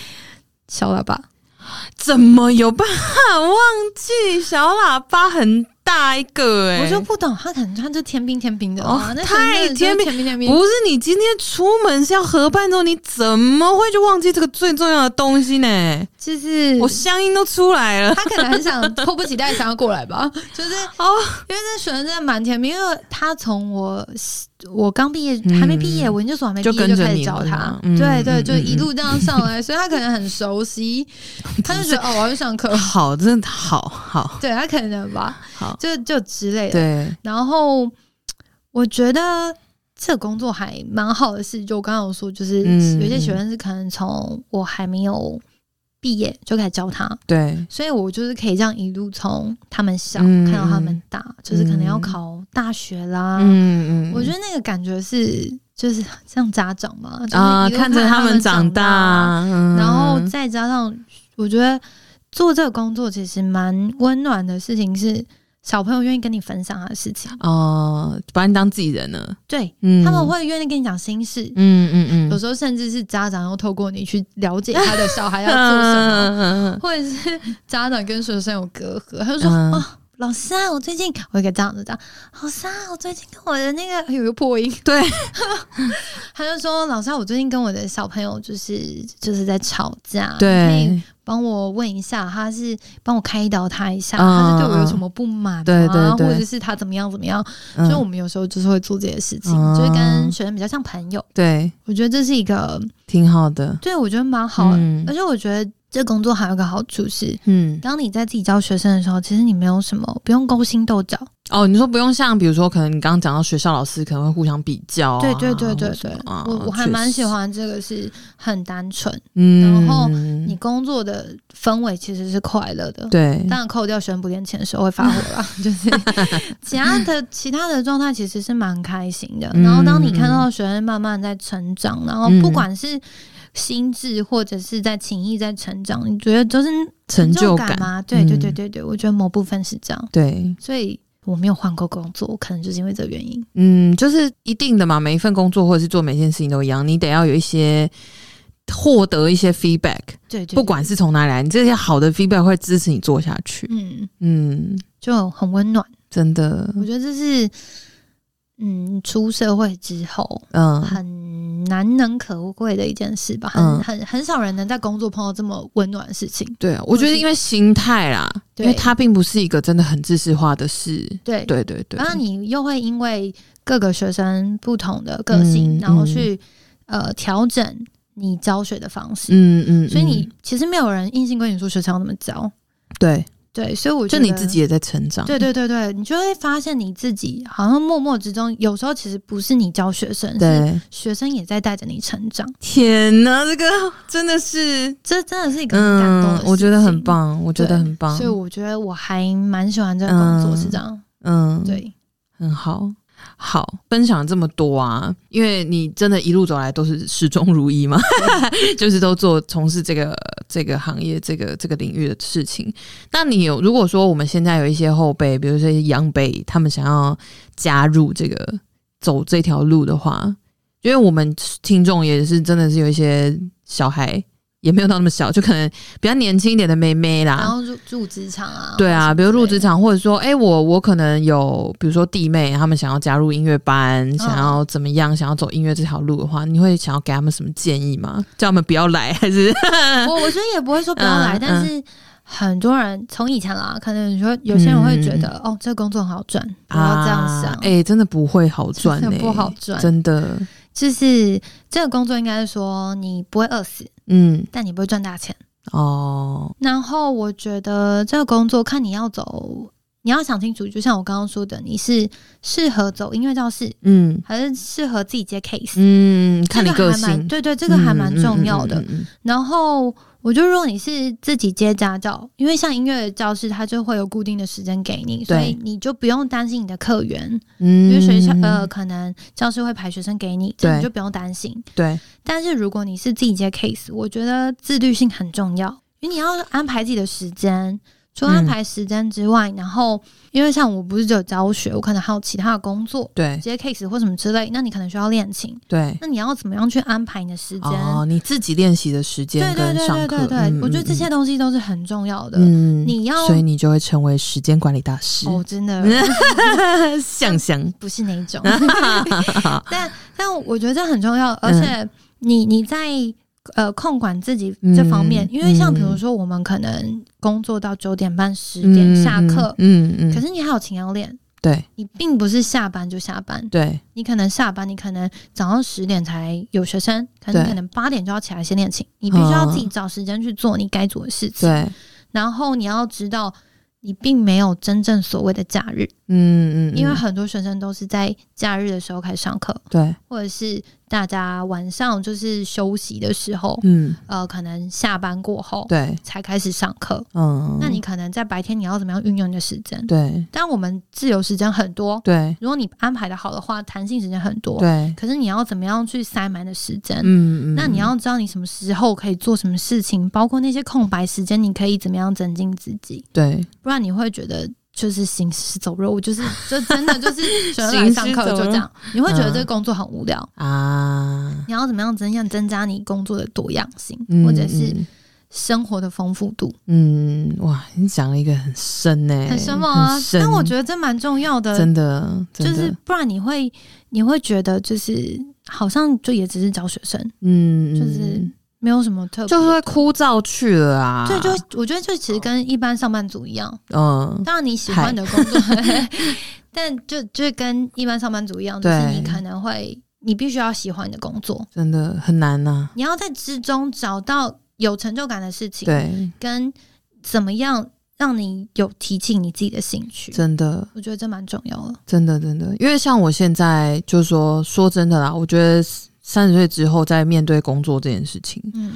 Speaker 2: 小喇叭。”
Speaker 1: 怎么有办法忘记？小喇叭很大一个，哎，
Speaker 2: 我就不懂，他可能他就天兵天兵的
Speaker 1: 哦
Speaker 2: 啊，那
Speaker 1: 太
Speaker 2: 天
Speaker 1: 天兵
Speaker 2: 天兵天兵，
Speaker 1: 不是你今天出门是要合伴奏，你怎么会就忘记这个最重要的东西呢？
Speaker 2: 嗯就是
Speaker 1: 我乡音都出来了
Speaker 2: 他可能很想迫不及待想要过来吧，就是
Speaker 1: 哦，
Speaker 2: 因为那学生真的蛮甜蜜，因为他从我我刚毕业
Speaker 1: 嗯
Speaker 2: 还没毕业，我研究所还没毕
Speaker 1: 就
Speaker 2: 业
Speaker 1: 跟着
Speaker 2: 开始
Speaker 1: 你
Speaker 2: 教
Speaker 1: 了
Speaker 2: 他
Speaker 1: 嘛，嗯
Speaker 2: 对对，
Speaker 1: 嗯
Speaker 2: 就一路这样上来，所以他可能很熟悉，他就觉得哦，我要去上课，
Speaker 1: 好，真的好好
Speaker 2: 对他可能吧，
Speaker 1: 好，
Speaker 2: 就就之类的。
Speaker 1: 对，
Speaker 2: 然后我觉得这个工作还蛮好的是，就我刚刚有说，就是
Speaker 1: 嗯
Speaker 2: 有些学生是可能从我还没有。毕业就开始教他，
Speaker 1: 对，
Speaker 2: 所以我就是可以这样一路从他们小、
Speaker 1: 嗯
Speaker 2: 看到他们大，就是可能要
Speaker 1: 嗯
Speaker 2: 考大学啦。
Speaker 1: 嗯嗯，
Speaker 2: 我觉得那个感觉是就是像家长嘛，就是
Speaker 1: 啊，
Speaker 2: 一路
Speaker 1: 看着
Speaker 2: 他
Speaker 1: 们
Speaker 2: 长
Speaker 1: 大，嗯
Speaker 2: 然后再加上我觉得做这个工作其实蛮温暖的事情是。小朋友愿意跟你分享他的事情，
Speaker 1: 哦，把你当自己人了，
Speaker 2: 对、
Speaker 1: 嗯，
Speaker 2: 他们，会愿意跟你讲心事，
Speaker 1: 嗯嗯嗯，
Speaker 2: 有时候甚至是家长要透过你去了解他的小孩要做
Speaker 1: 啊
Speaker 2: 什 么，
Speaker 1: 么，
Speaker 2: 或者是 家长跟学生有隔阂，他就说：“
Speaker 1: 嗯
Speaker 2: 哦，老师啊，我最近我有个这样子这样，老师啊，我最近跟我的那个有一个破音，
Speaker 1: 对，
Speaker 2: 他就说老师啊，我最近跟我的小朋友就是就是在吵架，啊你可以
Speaker 1: 对
Speaker 2: 帮我问一下，他是帮我开导他一下，
Speaker 1: 嗯
Speaker 2: 他是对我有什么不满吗？
Speaker 1: 对对对
Speaker 2: 或者是他怎么样怎么样？
Speaker 1: 嗯，
Speaker 2: 所以我们有时候就是会做这些事情，
Speaker 1: 嗯
Speaker 2: 就是跟学生比较像朋友，
Speaker 1: 对，
Speaker 2: 我觉得这是一个
Speaker 1: 挺好的，
Speaker 2: 对我觉得蛮好的，
Speaker 1: 嗯
Speaker 2: 而且我觉得这工作还有一个好处是。
Speaker 1: 嗯，
Speaker 2: 当你在自己教学生的时候，其实你没有什么不用勾心斗角，
Speaker 1: 哦，你说不用像比如说，可能你刚刚讲到学校老师可能会互相比较啊，
Speaker 2: 对对对对
Speaker 1: 或什
Speaker 2: 对
Speaker 1: 么，啊
Speaker 2: 我我还
Speaker 1: 确
Speaker 2: 蛮喜
Speaker 1: 实
Speaker 2: 欢这个，是很单纯，
Speaker 1: 嗯，
Speaker 2: 然后你工作的氛围其实是快乐的。
Speaker 1: 对，
Speaker 2: 当然，扣掉学生不练钱的时候会发火 啦，就是其他的其他的状态其实是蛮开心的。
Speaker 1: 嗯
Speaker 2: 然后，当你看到学生慢慢在成长，然后不管是心智或者是在情谊在成长，你觉得就是
Speaker 1: 成就
Speaker 2: 感
Speaker 1: 感，
Speaker 2: 吗？对对对
Speaker 1: 嗯
Speaker 2: 对对，我觉得某部分是这样，
Speaker 1: 对，
Speaker 2: 所以我没有换过工作，我可能就是因为这个原因。
Speaker 1: 嗯，就是一定的嘛，每一份工作或者是做每件事情都一样，你得要有一些获得一些 feedback，
Speaker 2: 对对对
Speaker 1: 不管是从哪里来，你这些好的 feedback 会支持你做下去。
Speaker 2: 嗯，
Speaker 1: 嗯，
Speaker 2: 就很温暖。
Speaker 1: 真的，
Speaker 2: 我觉得这是，嗯，出社会之后
Speaker 1: 嗯，
Speaker 2: 很难能可贵的一件事吧。很、
Speaker 1: 嗯
Speaker 2: 很很少人能在工作碰到这么温暖的事情。
Speaker 1: 对啊，我觉得因为心态啦，因
Speaker 2: 对
Speaker 1: 为它并不是一个真的很知识化的事。
Speaker 2: 对，
Speaker 1: 对对对，
Speaker 2: 然后你又会因为各个学生不同的个性，
Speaker 1: 嗯
Speaker 2: 然后去、呃调整你教学的方式。
Speaker 1: 嗯嗯，
Speaker 2: 所以你
Speaker 1: 嗯
Speaker 2: 其实没有人硬性规定说学生要怎么教，
Speaker 1: 对，
Speaker 2: 对，所以我觉
Speaker 1: 就
Speaker 2: 得
Speaker 1: 你自己也在成长。
Speaker 2: 对对对对，你就会发现你自己好像默默之中，有时候其实不是你教学生，是
Speaker 1: 对，
Speaker 2: 学生也在带着你成长。
Speaker 1: 天哪，这个真的是，
Speaker 2: 这真的是一个很感动的
Speaker 1: 嗯
Speaker 2: 事，情
Speaker 1: 我觉得很。棒，我觉
Speaker 2: 对
Speaker 1: 得很棒，
Speaker 2: 所以我觉得我还蛮喜欢这个工作，
Speaker 1: 嗯
Speaker 2: 是这样。
Speaker 1: 嗯，
Speaker 2: 对，
Speaker 1: 很好。好，分享这么多啊，因为你真的一路走来都是始终如一嘛， 就是都做从事这个这个行业、这个这个领域的事情。那你有如果说我们现在有一些后辈，比如说一些杨辈，他们想要加入这个走这条路的话，因为我们听众也是真的是有一些小孩，也没有到那么小，就可能比较年轻一点的妹妹啦，
Speaker 2: 然后入入职场啊，
Speaker 1: 啊对啊，
Speaker 2: 或
Speaker 1: 比
Speaker 2: 者
Speaker 1: 如
Speaker 2: 什么
Speaker 1: 入
Speaker 2: 之类
Speaker 1: 职
Speaker 2: 的，
Speaker 1: 场，或者说，哎、我我可能有，比如说弟妹，他们想要加入音乐班，
Speaker 2: 嗯
Speaker 1: 想要怎么样，想要走音乐这条路的话，你会想要给他们什么建议吗？ 叫他们不要来，还是
Speaker 2: 我我觉得也不会说不要来，
Speaker 1: 嗯
Speaker 2: 但是很多人从以前啦，可能你说有些人会觉得哦，这个工作很好赚， 不要这样想
Speaker 1: 嗯啊，哎、真的不会好赚、
Speaker 2: 真
Speaker 1: 欸，
Speaker 2: 的不好赚
Speaker 1: 真的，
Speaker 2: 就是这个工作应该是说你不会饿死，
Speaker 1: 嗯，
Speaker 2: 但你不会赚大钱。
Speaker 1: 哦，
Speaker 2: 然后我觉得这个工作看你要走，你要想清楚，就像我刚刚说的，你是适合走音乐教室，
Speaker 1: 嗯
Speaker 2: 还是适合自己接 case？、
Speaker 1: 嗯，看你
Speaker 2: 这
Speaker 1: 个
Speaker 2: 还蛮
Speaker 1: 性，
Speaker 2: 对对，这个还蛮
Speaker 1: 嗯
Speaker 2: 重要的。
Speaker 1: 嗯嗯嗯嗯
Speaker 2: 然后我觉得，如果你是自己接家教，因为像音乐教室，它就会有固定的时间给你，所
Speaker 1: 对
Speaker 2: 以你就不用担心你的客源，
Speaker 1: 嗯
Speaker 2: 因为学校呃，可能教室会排学生给你，这样
Speaker 1: 对
Speaker 2: 你就不用担心。
Speaker 1: 对，
Speaker 2: 但是如果你是自己接 case，我觉得自律性很重要，因为你要安排自己的时间。除了安排时间之外，然后因为像我不是只有教学，我可能还有其他的工作，
Speaker 1: 对
Speaker 2: 接 case 或什么之类，那你可能需要练琴，
Speaker 1: 对，
Speaker 2: 那你要怎么样去安排你的时间？
Speaker 1: 哦，你自己练习的时
Speaker 2: 对
Speaker 1: 间
Speaker 2: 对
Speaker 1: 跟
Speaker 2: 对
Speaker 1: 上
Speaker 2: 对
Speaker 1: 课，
Speaker 2: 对对，
Speaker 1: 嗯
Speaker 2: 我觉得这。
Speaker 1: 嗯嗯
Speaker 2: 些东西都是很重要的。
Speaker 1: 嗯
Speaker 2: 你要
Speaker 1: 所以你就会成为时间管理大师。
Speaker 2: 哦，真的
Speaker 1: 想 想，
Speaker 2: 不是那一种，但但我觉得这很重
Speaker 1: 嗯
Speaker 2: 要，而且你你在呃控管自己这方面，
Speaker 1: 嗯
Speaker 2: 因为像
Speaker 1: 嗯
Speaker 2: 比如说我们可能工作到九点半十点下课，
Speaker 1: 嗯嗯，
Speaker 2: 可
Speaker 1: 是
Speaker 2: 是你还有琴要练，
Speaker 1: 对
Speaker 2: 你并不是下班就下班，
Speaker 1: 对
Speaker 2: 你可能下班，你可能早上十点才有学生，可能
Speaker 1: 对
Speaker 2: 可能八点就要起来先练琴，你必须要
Speaker 1: 嗯
Speaker 2: 自己找时间去做你该做的事情。
Speaker 1: 对，
Speaker 2: 然后你要知道，你并没有真正所谓的假日，
Speaker 1: 嗯嗯，
Speaker 2: 因为很多学生都是在假日的时候开始上课，
Speaker 1: 对，
Speaker 2: 或者是大家晚上就是休息的时候，
Speaker 1: 嗯
Speaker 2: 呃，可能下班过后
Speaker 1: 对，
Speaker 2: 才开始上课。
Speaker 1: 嗯，
Speaker 2: 那你可能在白天你要怎么样运用你的时间？
Speaker 1: 对
Speaker 2: 但我们自由时间很多，
Speaker 1: 对
Speaker 2: 如果你安排的好的话，弹性时间很多。
Speaker 1: 对，
Speaker 2: 可是你要怎么样去塞满你的时间？
Speaker 1: 嗯嗯，
Speaker 2: 那你要知道你什么时候可以做什么事情，包括那些空白时间，你可以怎么样增进自己，
Speaker 1: 对
Speaker 2: 不然你会觉得就是行尸走肉。我就是就真的就是 学生来
Speaker 1: 行
Speaker 2: 上
Speaker 1: 尸
Speaker 2: 课
Speaker 1: 走
Speaker 2: 就这样，你会觉得
Speaker 1: 嗯
Speaker 2: 这个工作很无聊。
Speaker 1: 啊，
Speaker 2: 你要怎么样增加增加你工作的多样性，
Speaker 1: 嗯
Speaker 2: 或者是
Speaker 1: 嗯
Speaker 2: 生活的丰富度？
Speaker 1: 嗯，哇，你讲了一个很深呢，
Speaker 2: 很深吗
Speaker 1: 很？深
Speaker 2: 但我觉得这蛮重要的，
Speaker 1: 真的
Speaker 2: 就
Speaker 1: 真的
Speaker 2: 是不然你会你会觉得就是好像就也只是教学生，
Speaker 1: 嗯，
Speaker 2: 就是
Speaker 1: 嗯
Speaker 2: 没有什么特别。
Speaker 1: 就是会枯燥去了啊，
Speaker 2: 对，就我觉得就其实跟一般上班族一样，
Speaker 1: 嗯
Speaker 2: 当然你喜欢你的工 作，但就就跟一般上班族一样，就是
Speaker 1: 对
Speaker 2: 你可能会，你必须要喜欢你的工作，
Speaker 1: 真的很难啊呐，
Speaker 2: 你要在之中找到有成就感的事情，
Speaker 1: 对，
Speaker 2: 跟怎么样让你有提起你自己的兴趣，
Speaker 1: 真的
Speaker 2: 我觉得这蛮重要的。
Speaker 1: 真的真的，因为像我现在就说说真的啦，我觉得三十岁之后在面对工作这件事情，
Speaker 2: 嗯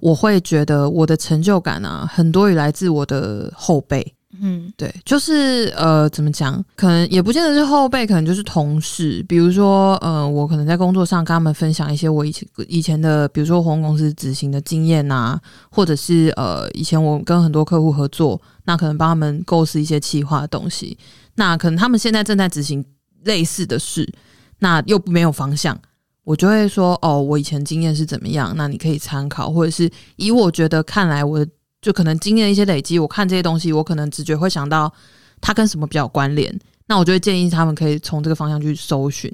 Speaker 1: 我会觉得我的成就感啊，很多也来自我的后辈。
Speaker 2: 嗯
Speaker 1: 对，就是呃，怎么讲？可能也不见得是后辈，可能就是同事。比如说，呃，我可能在工作上跟他们分享一些我以前以前的，比如说红公司执行的经验啊，或者是呃，以前我跟很多客户合作，那可能帮他们构思一些企划的东西。那可能他们现在正在执行类似的事，那又没有方向，我就会说哦，我以前经验是怎么样，那你可以参考，或者是以我觉得看来我的就可能经验的一些累积，我看这些东西，我可能直觉会想到它跟什么比较有关联，那我就会建议他们可以从这个方向去搜寻，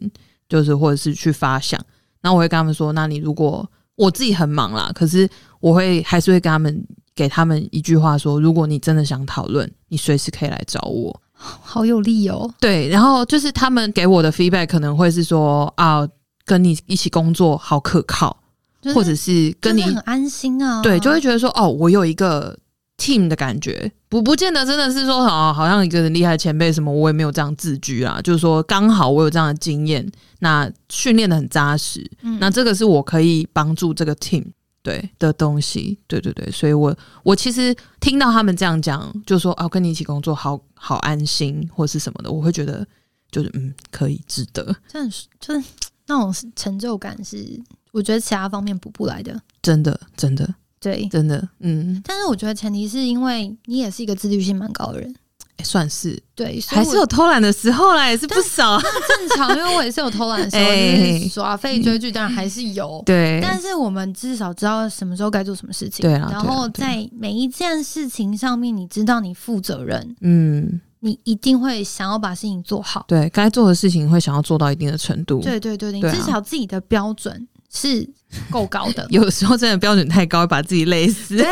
Speaker 1: 就是或者是去发想。然后我会跟他们说，那你如果我自己很忙啦，可是我会还是会跟他们给他们一句话说，如果你真的想讨论，你随时可以来找我。
Speaker 2: 好有哦理由。
Speaker 1: 对，然后就是他们给我的 feedback 可能会是说啊，跟你一起工作好可靠，
Speaker 2: 就是、
Speaker 1: 或者是跟你
Speaker 2: 就是很安心啊，
Speaker 1: 对，就会觉得说哦，我有一个 team 的感觉，不不见得真的是说哦，好像一个很厉害的前辈什么，我也没有这样自居啦，就是说刚好我有这样的经验，那训练的很扎实，
Speaker 2: 嗯
Speaker 1: 那这个是我可以帮助这个 team 对的东西，对对对，所以我我其实听到他们这样讲，就说啊，跟你一起工作好好安心或是什么的，我会觉得就是嗯，可以值得，
Speaker 2: 这很就是那种成就感是，我觉得其他方面补不来的。
Speaker 1: 真的真的
Speaker 2: 对，
Speaker 1: 真的，嗯，
Speaker 2: 但是我觉得前提是因为你也是一个自律性蛮高的人，
Speaker 1: 诶哎算是
Speaker 2: 对，所
Speaker 1: 还
Speaker 2: 以
Speaker 1: 是有
Speaker 2: 我
Speaker 1: 偷懒的时候啦，也是不少。
Speaker 2: 正常，因为我也是有偷懒的 时候，
Speaker 1: 哎嗯
Speaker 2: 就是耍废追剧，当然还是有。
Speaker 1: 对，
Speaker 2: 但是我们至少知道什么时候该做什么事情，
Speaker 1: 对啊
Speaker 2: 然
Speaker 1: 对啊
Speaker 2: 后
Speaker 1: 对啊
Speaker 2: 在每一件事情上面，你知道你负责任，
Speaker 1: 嗯，
Speaker 2: 你一定会想要把事情做好。
Speaker 1: 对该做的事情会想要做到一定的程度。，
Speaker 2: 对对对，你
Speaker 1: 对啊。
Speaker 2: 至少自己的标准是够高的
Speaker 1: 有时候真的标准太高，会把自己累死。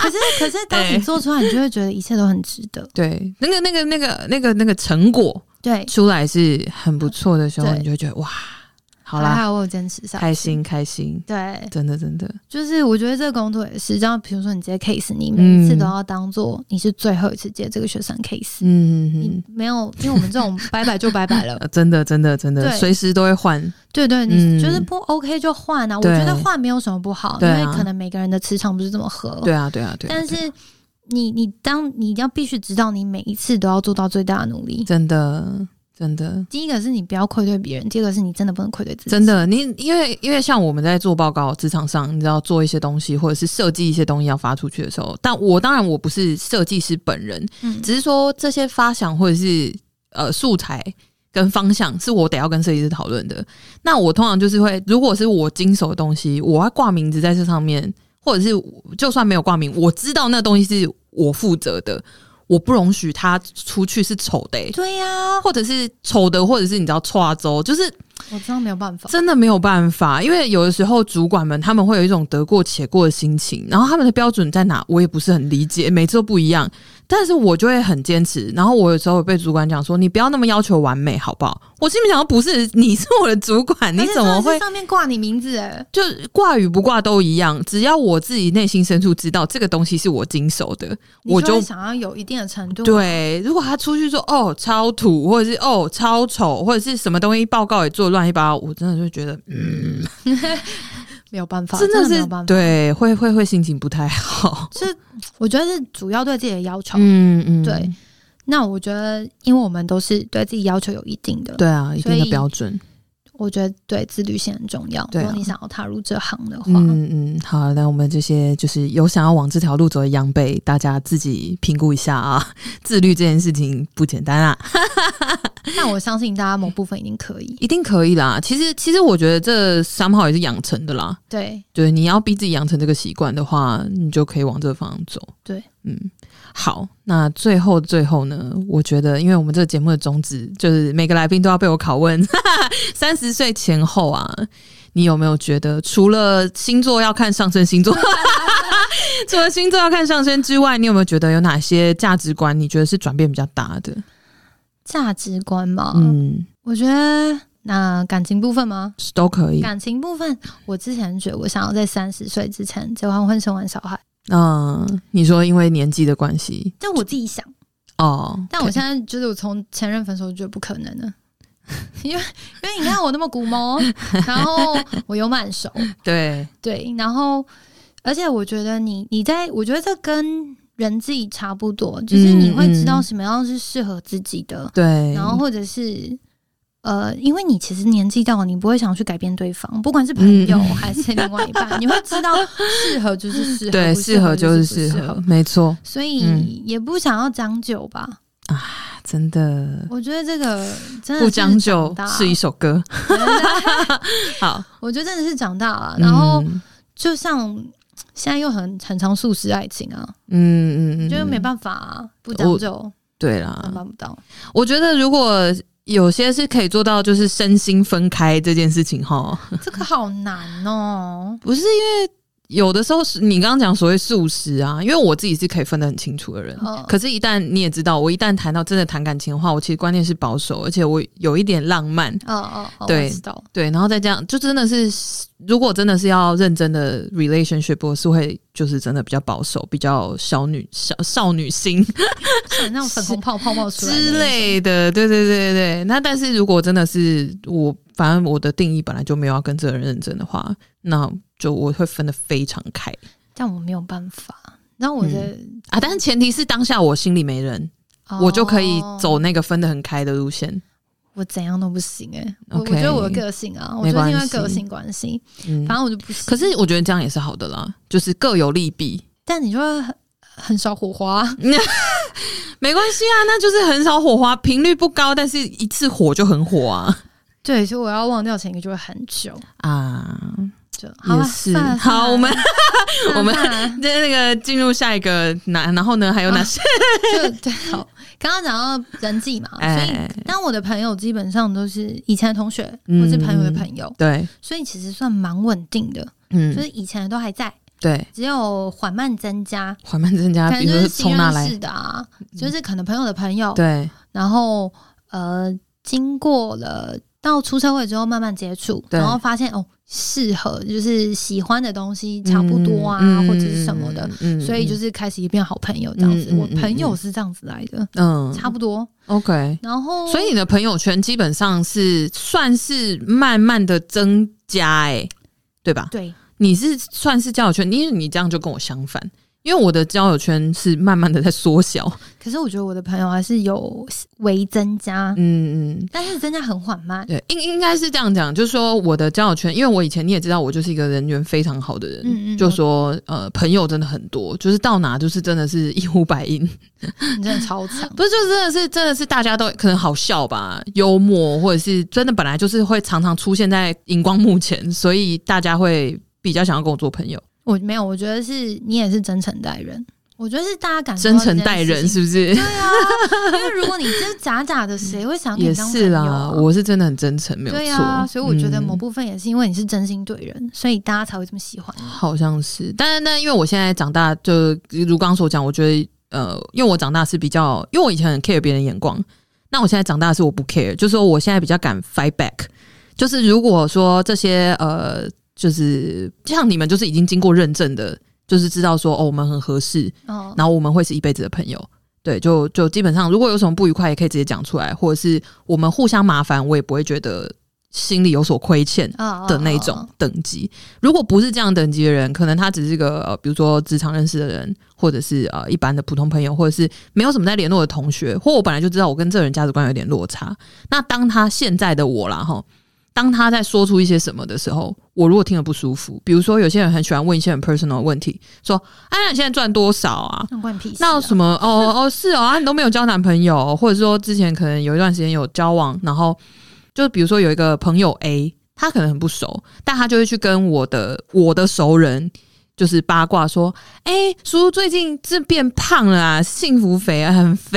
Speaker 2: 可是可是当你
Speaker 1: 哎
Speaker 2: 做出来，你就会觉得一切都很值得。
Speaker 1: 对，那个、那个、那个、那个、那个成果
Speaker 2: 对，
Speaker 1: 出来是很不错的时候，
Speaker 2: 对
Speaker 1: 你就会觉得哇， 好
Speaker 2: 还
Speaker 1: 啦，
Speaker 2: 好我有坚持下去
Speaker 1: 开。心开心，
Speaker 2: 对，
Speaker 1: 真的真的，
Speaker 2: 就是我觉得这个工作也是，这样比如说你接 case，你每一次
Speaker 1: 嗯
Speaker 2: 都要当做你是最后一次接这个学生 case，、
Speaker 1: 嗯
Speaker 2: 你，没有，因为我们这种拜拜就拜拜了，
Speaker 1: 呃真的真的真的，
Speaker 2: 对
Speaker 1: 随时都会换。
Speaker 2: 对对，
Speaker 1: 嗯
Speaker 2: 你就是不 OK 就换啊，我
Speaker 1: 对
Speaker 2: 觉得换没有什么不好，因
Speaker 1: 对啊
Speaker 2: 为可能每个人的磁场不是这么合，
Speaker 1: 对啊，对啊，对啊，
Speaker 2: 但
Speaker 1: 对啊
Speaker 2: 是你你当你要必须知道，你每一次都要做到最大的努力。
Speaker 1: 真的真的
Speaker 2: 第一个是你不要愧对别人，第二个是你真的不能愧对自己。
Speaker 1: 真，的，你因为因为像我们在做报告，职场上你知道做一些东西，或者是设计一些东西要发出去的时候，但我当然我不是设计师本人，
Speaker 2: 嗯，
Speaker 1: 只是说这些发想或者是呃素材跟方向是我得要跟设计师讨论的。那我通常就是会，如果是我经手的东西，我要挂名字在这上面，或者是就算没有挂名，我知道那东西是我负责的，我不容许它出去是丑的欸、
Speaker 2: 对呀、
Speaker 1: 或者是丑的，或者是你知道错啊周，就是
Speaker 2: 我知道没有办法。
Speaker 1: 真的没有办法，因为有的时候主管们他们会有一种得过且过的心情，然后他们的标准在哪，我也不是很理解，每次都不一样。但是我就会很坚持，然后我有时候被主管讲说：“你不要那么要求完美，好不好？”我心里想说：“不是，你是我的主管，你
Speaker 2: 而且
Speaker 1: 怎么
Speaker 2: 真的
Speaker 1: 会
Speaker 2: 是上面挂你名字？哎，
Speaker 1: 就挂与不挂都一样？只要我自己内心深处知道这个东西是我经手的，
Speaker 2: 你
Speaker 1: 我
Speaker 2: 就
Speaker 1: 就
Speaker 2: 会想要有一定的程度。，
Speaker 1: 对，如果他出去说哦超土，或者是哦超丑，或者是什么东西报告也做乱七八糟，我真的就觉得嗯，
Speaker 2: 没有办法，
Speaker 1: 真
Speaker 2: 真没
Speaker 1: 是
Speaker 2: 有办法。
Speaker 1: 对，会会会心情不太 好。
Speaker 2: 是我觉得是主要对自己的要求。
Speaker 1: 嗯嗯，
Speaker 2: 对那我觉得，因为我们都是对自己要求有一定的，
Speaker 1: 对啊，一
Speaker 2: 所
Speaker 1: 定的
Speaker 2: 以
Speaker 1: 标准。
Speaker 2: 我觉得对自律性很重要。
Speaker 1: 对啊
Speaker 2: 如果你想要踏入这行的话，
Speaker 1: 嗯嗯，好，那我们这些就是有想要往这条路走的羊辈，大家自己评估一下啊。自律这件事情不简单啊，
Speaker 2: 但我相信大家某部分一定可以。
Speaker 1: 一定可以啦。其实其实我觉得这三号也是养成的啦。
Speaker 2: 对，
Speaker 1: 对，你要逼自己养成这个习惯的话，你就可以往这个方向走。
Speaker 2: 对，
Speaker 1: 嗯，好，那最后最后呢，我觉得，因为我们这个节目的宗旨就是每个来宾都要被我拷问， 三十岁前后啊，你有没有觉得除了星座要看上升星座， 除了星座要看上升之外，你有没有觉得有哪些价值观你觉得是转变比较大的？
Speaker 2: 价值观嘛，
Speaker 1: 嗯，
Speaker 2: 我觉得那感情部分吗？
Speaker 1: 都可以。
Speaker 2: 感情部分，我之前觉得我想要在三十岁之前结完婚生完小孩，
Speaker 1: 嗯，你说因为年纪的关系
Speaker 2: 但我自己想，
Speaker 1: 哦，
Speaker 2: 但我现在觉得我从前任分手就觉得不可能了。 因为因为你看我那么古毛，然后我又慢熟，
Speaker 1: 对
Speaker 2: 对，然后而且我觉得你你在我觉得这跟人自己差不多，就是你会知道什么样是适合自己的，
Speaker 1: 嗯对，
Speaker 2: 然后或者是呃，因为你其实年纪到了，你不会想去改变对方，不管是朋友
Speaker 1: 嗯
Speaker 2: 还是另外一半，你会知道适合就是适合，
Speaker 1: 对，
Speaker 2: 不
Speaker 1: 适合就是
Speaker 2: 是
Speaker 1: 适
Speaker 2: 不适
Speaker 1: 合，。没错，
Speaker 2: 所
Speaker 1: 嗯
Speaker 2: 以也不想要将就吧，
Speaker 1: 啊真的
Speaker 2: 我觉得 这个真的
Speaker 1: 不
Speaker 2: 是
Speaker 1: 将就
Speaker 2: 长大
Speaker 1: 是一首 歌。好，
Speaker 2: 我觉得真的是长大了。然后
Speaker 1: 嗯
Speaker 2: 就像现在又很很常素食爱情啊，
Speaker 1: 嗯嗯，
Speaker 2: 就是没
Speaker 1: 嗯
Speaker 2: 办法、啊、不
Speaker 1: 我啊
Speaker 2: 将就，
Speaker 1: 对
Speaker 2: 办
Speaker 1: 啦。
Speaker 2: 不到。
Speaker 1: 我觉得如果有些是可以做到，就是身心分开这件事情哈，
Speaker 2: 这个好难 哦。
Speaker 1: 不是因为。有的时候是你刚刚讲所谓素食啊，因为我自己是可以分得很清楚的人，
Speaker 2: 嗯
Speaker 1: 可是，一旦你也知道，我一旦谈到真的谈感情的话，我其实观念是保守，而且我有一点浪漫，
Speaker 2: 哦哦哦，
Speaker 1: 对
Speaker 2: 我知道。
Speaker 1: 对，然后再这样，就真的是，如果真的是要认真的 relationship，我是会就是真的比较保守，比较小女小少女心
Speaker 2: 像那种粉红泡泡冒出来的那
Speaker 1: 之
Speaker 2: 种
Speaker 1: 类的。对对对对对。那但是如果真的是我，反正我的定义本来就没有要跟这个人认真的话，那就我会分得非常开
Speaker 2: 但我没有办法。然后我的、
Speaker 1: 啊。但是前提是当下我心里没人，我就可以
Speaker 2: 哦
Speaker 1: 走那个分得很开的路线。
Speaker 2: 我怎样都不行哎、我
Speaker 1: OK
Speaker 2: 我觉得我的个性啊，我
Speaker 1: 没
Speaker 2: 觉得因
Speaker 1: 关
Speaker 2: 为
Speaker 1: 系
Speaker 2: 个性关系，
Speaker 1: 嗯，
Speaker 2: 反正我就不行。
Speaker 1: 可是，我觉得这样也是好的啦，就是各有利弊。
Speaker 2: 但你就会很很少火花，
Speaker 1: 没关系啊，那就是很少火花，频率不高，但是一次火就很火啊
Speaker 2: 对，所以我要忘掉前一个就会很久，
Speaker 1: 啊！
Speaker 2: 就好吧
Speaker 1: 也是
Speaker 2: 算了
Speaker 1: 好
Speaker 2: 算了
Speaker 1: 我们
Speaker 2: 算了
Speaker 1: 我们
Speaker 2: 算了
Speaker 1: 那那个进入下一个哪，然后呢还有哪些？
Speaker 2: 就对好。刚刚讲到人际嘛，啊所以
Speaker 1: 哎，
Speaker 2: 但我的朋友基本上都是以前的同学
Speaker 1: 嗯
Speaker 2: 或是朋友的朋友，
Speaker 1: 对，
Speaker 2: 所以其实算蛮稳定的，就
Speaker 1: 嗯，
Speaker 2: 是以前的都还在，
Speaker 1: 对，
Speaker 2: 只有缓慢增加。
Speaker 1: 缓慢增加，
Speaker 2: 可能
Speaker 1: 啊比如说
Speaker 2: 就是哦新
Speaker 1: 从哪
Speaker 2: 认
Speaker 1: 来嗯
Speaker 2: 识？的啊，就是可能朋友的朋友，
Speaker 1: 对
Speaker 2: 然后呃，经过了到出社会之后慢慢接触，
Speaker 1: 对
Speaker 2: 然后发现哦，适合就是喜欢的东西差不多啊，
Speaker 1: 嗯
Speaker 2: 或者是什么的，，
Speaker 1: 嗯
Speaker 2: 所以就，是开始也变好朋友这样子。
Speaker 1: 嗯嗯嗯
Speaker 2: 我朋友是这样子来的，
Speaker 1: 嗯
Speaker 2: 差不多。
Speaker 1: ，OK。
Speaker 2: 然后，
Speaker 1: 所以你的朋友圈基本上是算是慢慢的增加、哎，对吧？
Speaker 2: 对
Speaker 1: 你是算是交友圈，因为你这样就跟我相反，因为我的交友圈是慢慢的在缩 小，
Speaker 2: 可是我觉得我的朋友还是有微增加，
Speaker 1: 嗯嗯，
Speaker 2: 但是增加很缓 慢。
Speaker 1: 对，应应该是这样讲，就是说我的交友圈，因为我以前你也知道，我就是一个人缘非常好的人，
Speaker 2: 嗯嗯
Speaker 1: 就说呃朋友真的很多，就是到哪就是真的是一呼百 应，，
Speaker 2: 你真的超长
Speaker 1: 不是就真的是真的是大家都可能好笑吧，幽默或者是真的本来就是会常常出现在荧光幕前，所以大家会比较想要跟我做朋友。
Speaker 2: 我没有，我觉得是你也是真诚待人。我觉得是大家感受
Speaker 1: 真
Speaker 2: 到这件
Speaker 1: 诚待人
Speaker 2: 事情
Speaker 1: 是不是？
Speaker 2: 对啊，因 为如果你真假假的，谁会想跟
Speaker 1: 嗯也
Speaker 2: 你当朋
Speaker 1: 是
Speaker 2: 友、
Speaker 1: 啦，
Speaker 2: 啊？
Speaker 1: 我是真的很真诚，没有
Speaker 2: 对
Speaker 1: 错。
Speaker 2: 啊，所以我觉得
Speaker 1: 嗯
Speaker 2: 某部分也是因为你是真心对人，所以大家才会这么喜欢你。
Speaker 1: 好像是，但是但因为我现在长大，就如刚所讲，我觉得呃，因为我长大是比较，因为我以前很 care 别人眼光，那我现在长大是我不 care，就是说我现在比较敢 fight back，就是如果说这些呃，就是像你们就是已经经过认证的，就是知道说哦，我们很合适，
Speaker 2: 哦，
Speaker 1: 然后我们会是一辈子的朋友。对，就就基本上，如果有什么不愉快，也可以直接讲出来，或者是我们互相麻烦，我也不会觉得心里有所亏欠。
Speaker 2: 哦
Speaker 1: 的那种等级。如果不是这样等级的人，可能他只是个、呃、比如说职场认识的人，或者是呃一般的普通朋友，或者是没有什么在联络的同学，或我本来就知道我跟这个人价值观有点落差。那当他现在的我啦，哈。当他在说出一些什么的时候，我如果听了不舒服，比如说有些人很喜欢问一些很 personal 的问题，说：“哎、那你现在赚多少啊？
Speaker 2: 那关你屁事、啊。
Speaker 1: 那有什么哦哦是哦啊，你都没有交男朋友，或者说之前可能有一段时间有交往，然后就比如说有一个朋友 A，他可能很不熟，但他就会去跟我的我的熟人。就是八卦说，哎、叔叔最近这变胖了啊，幸福肥啊，很肥、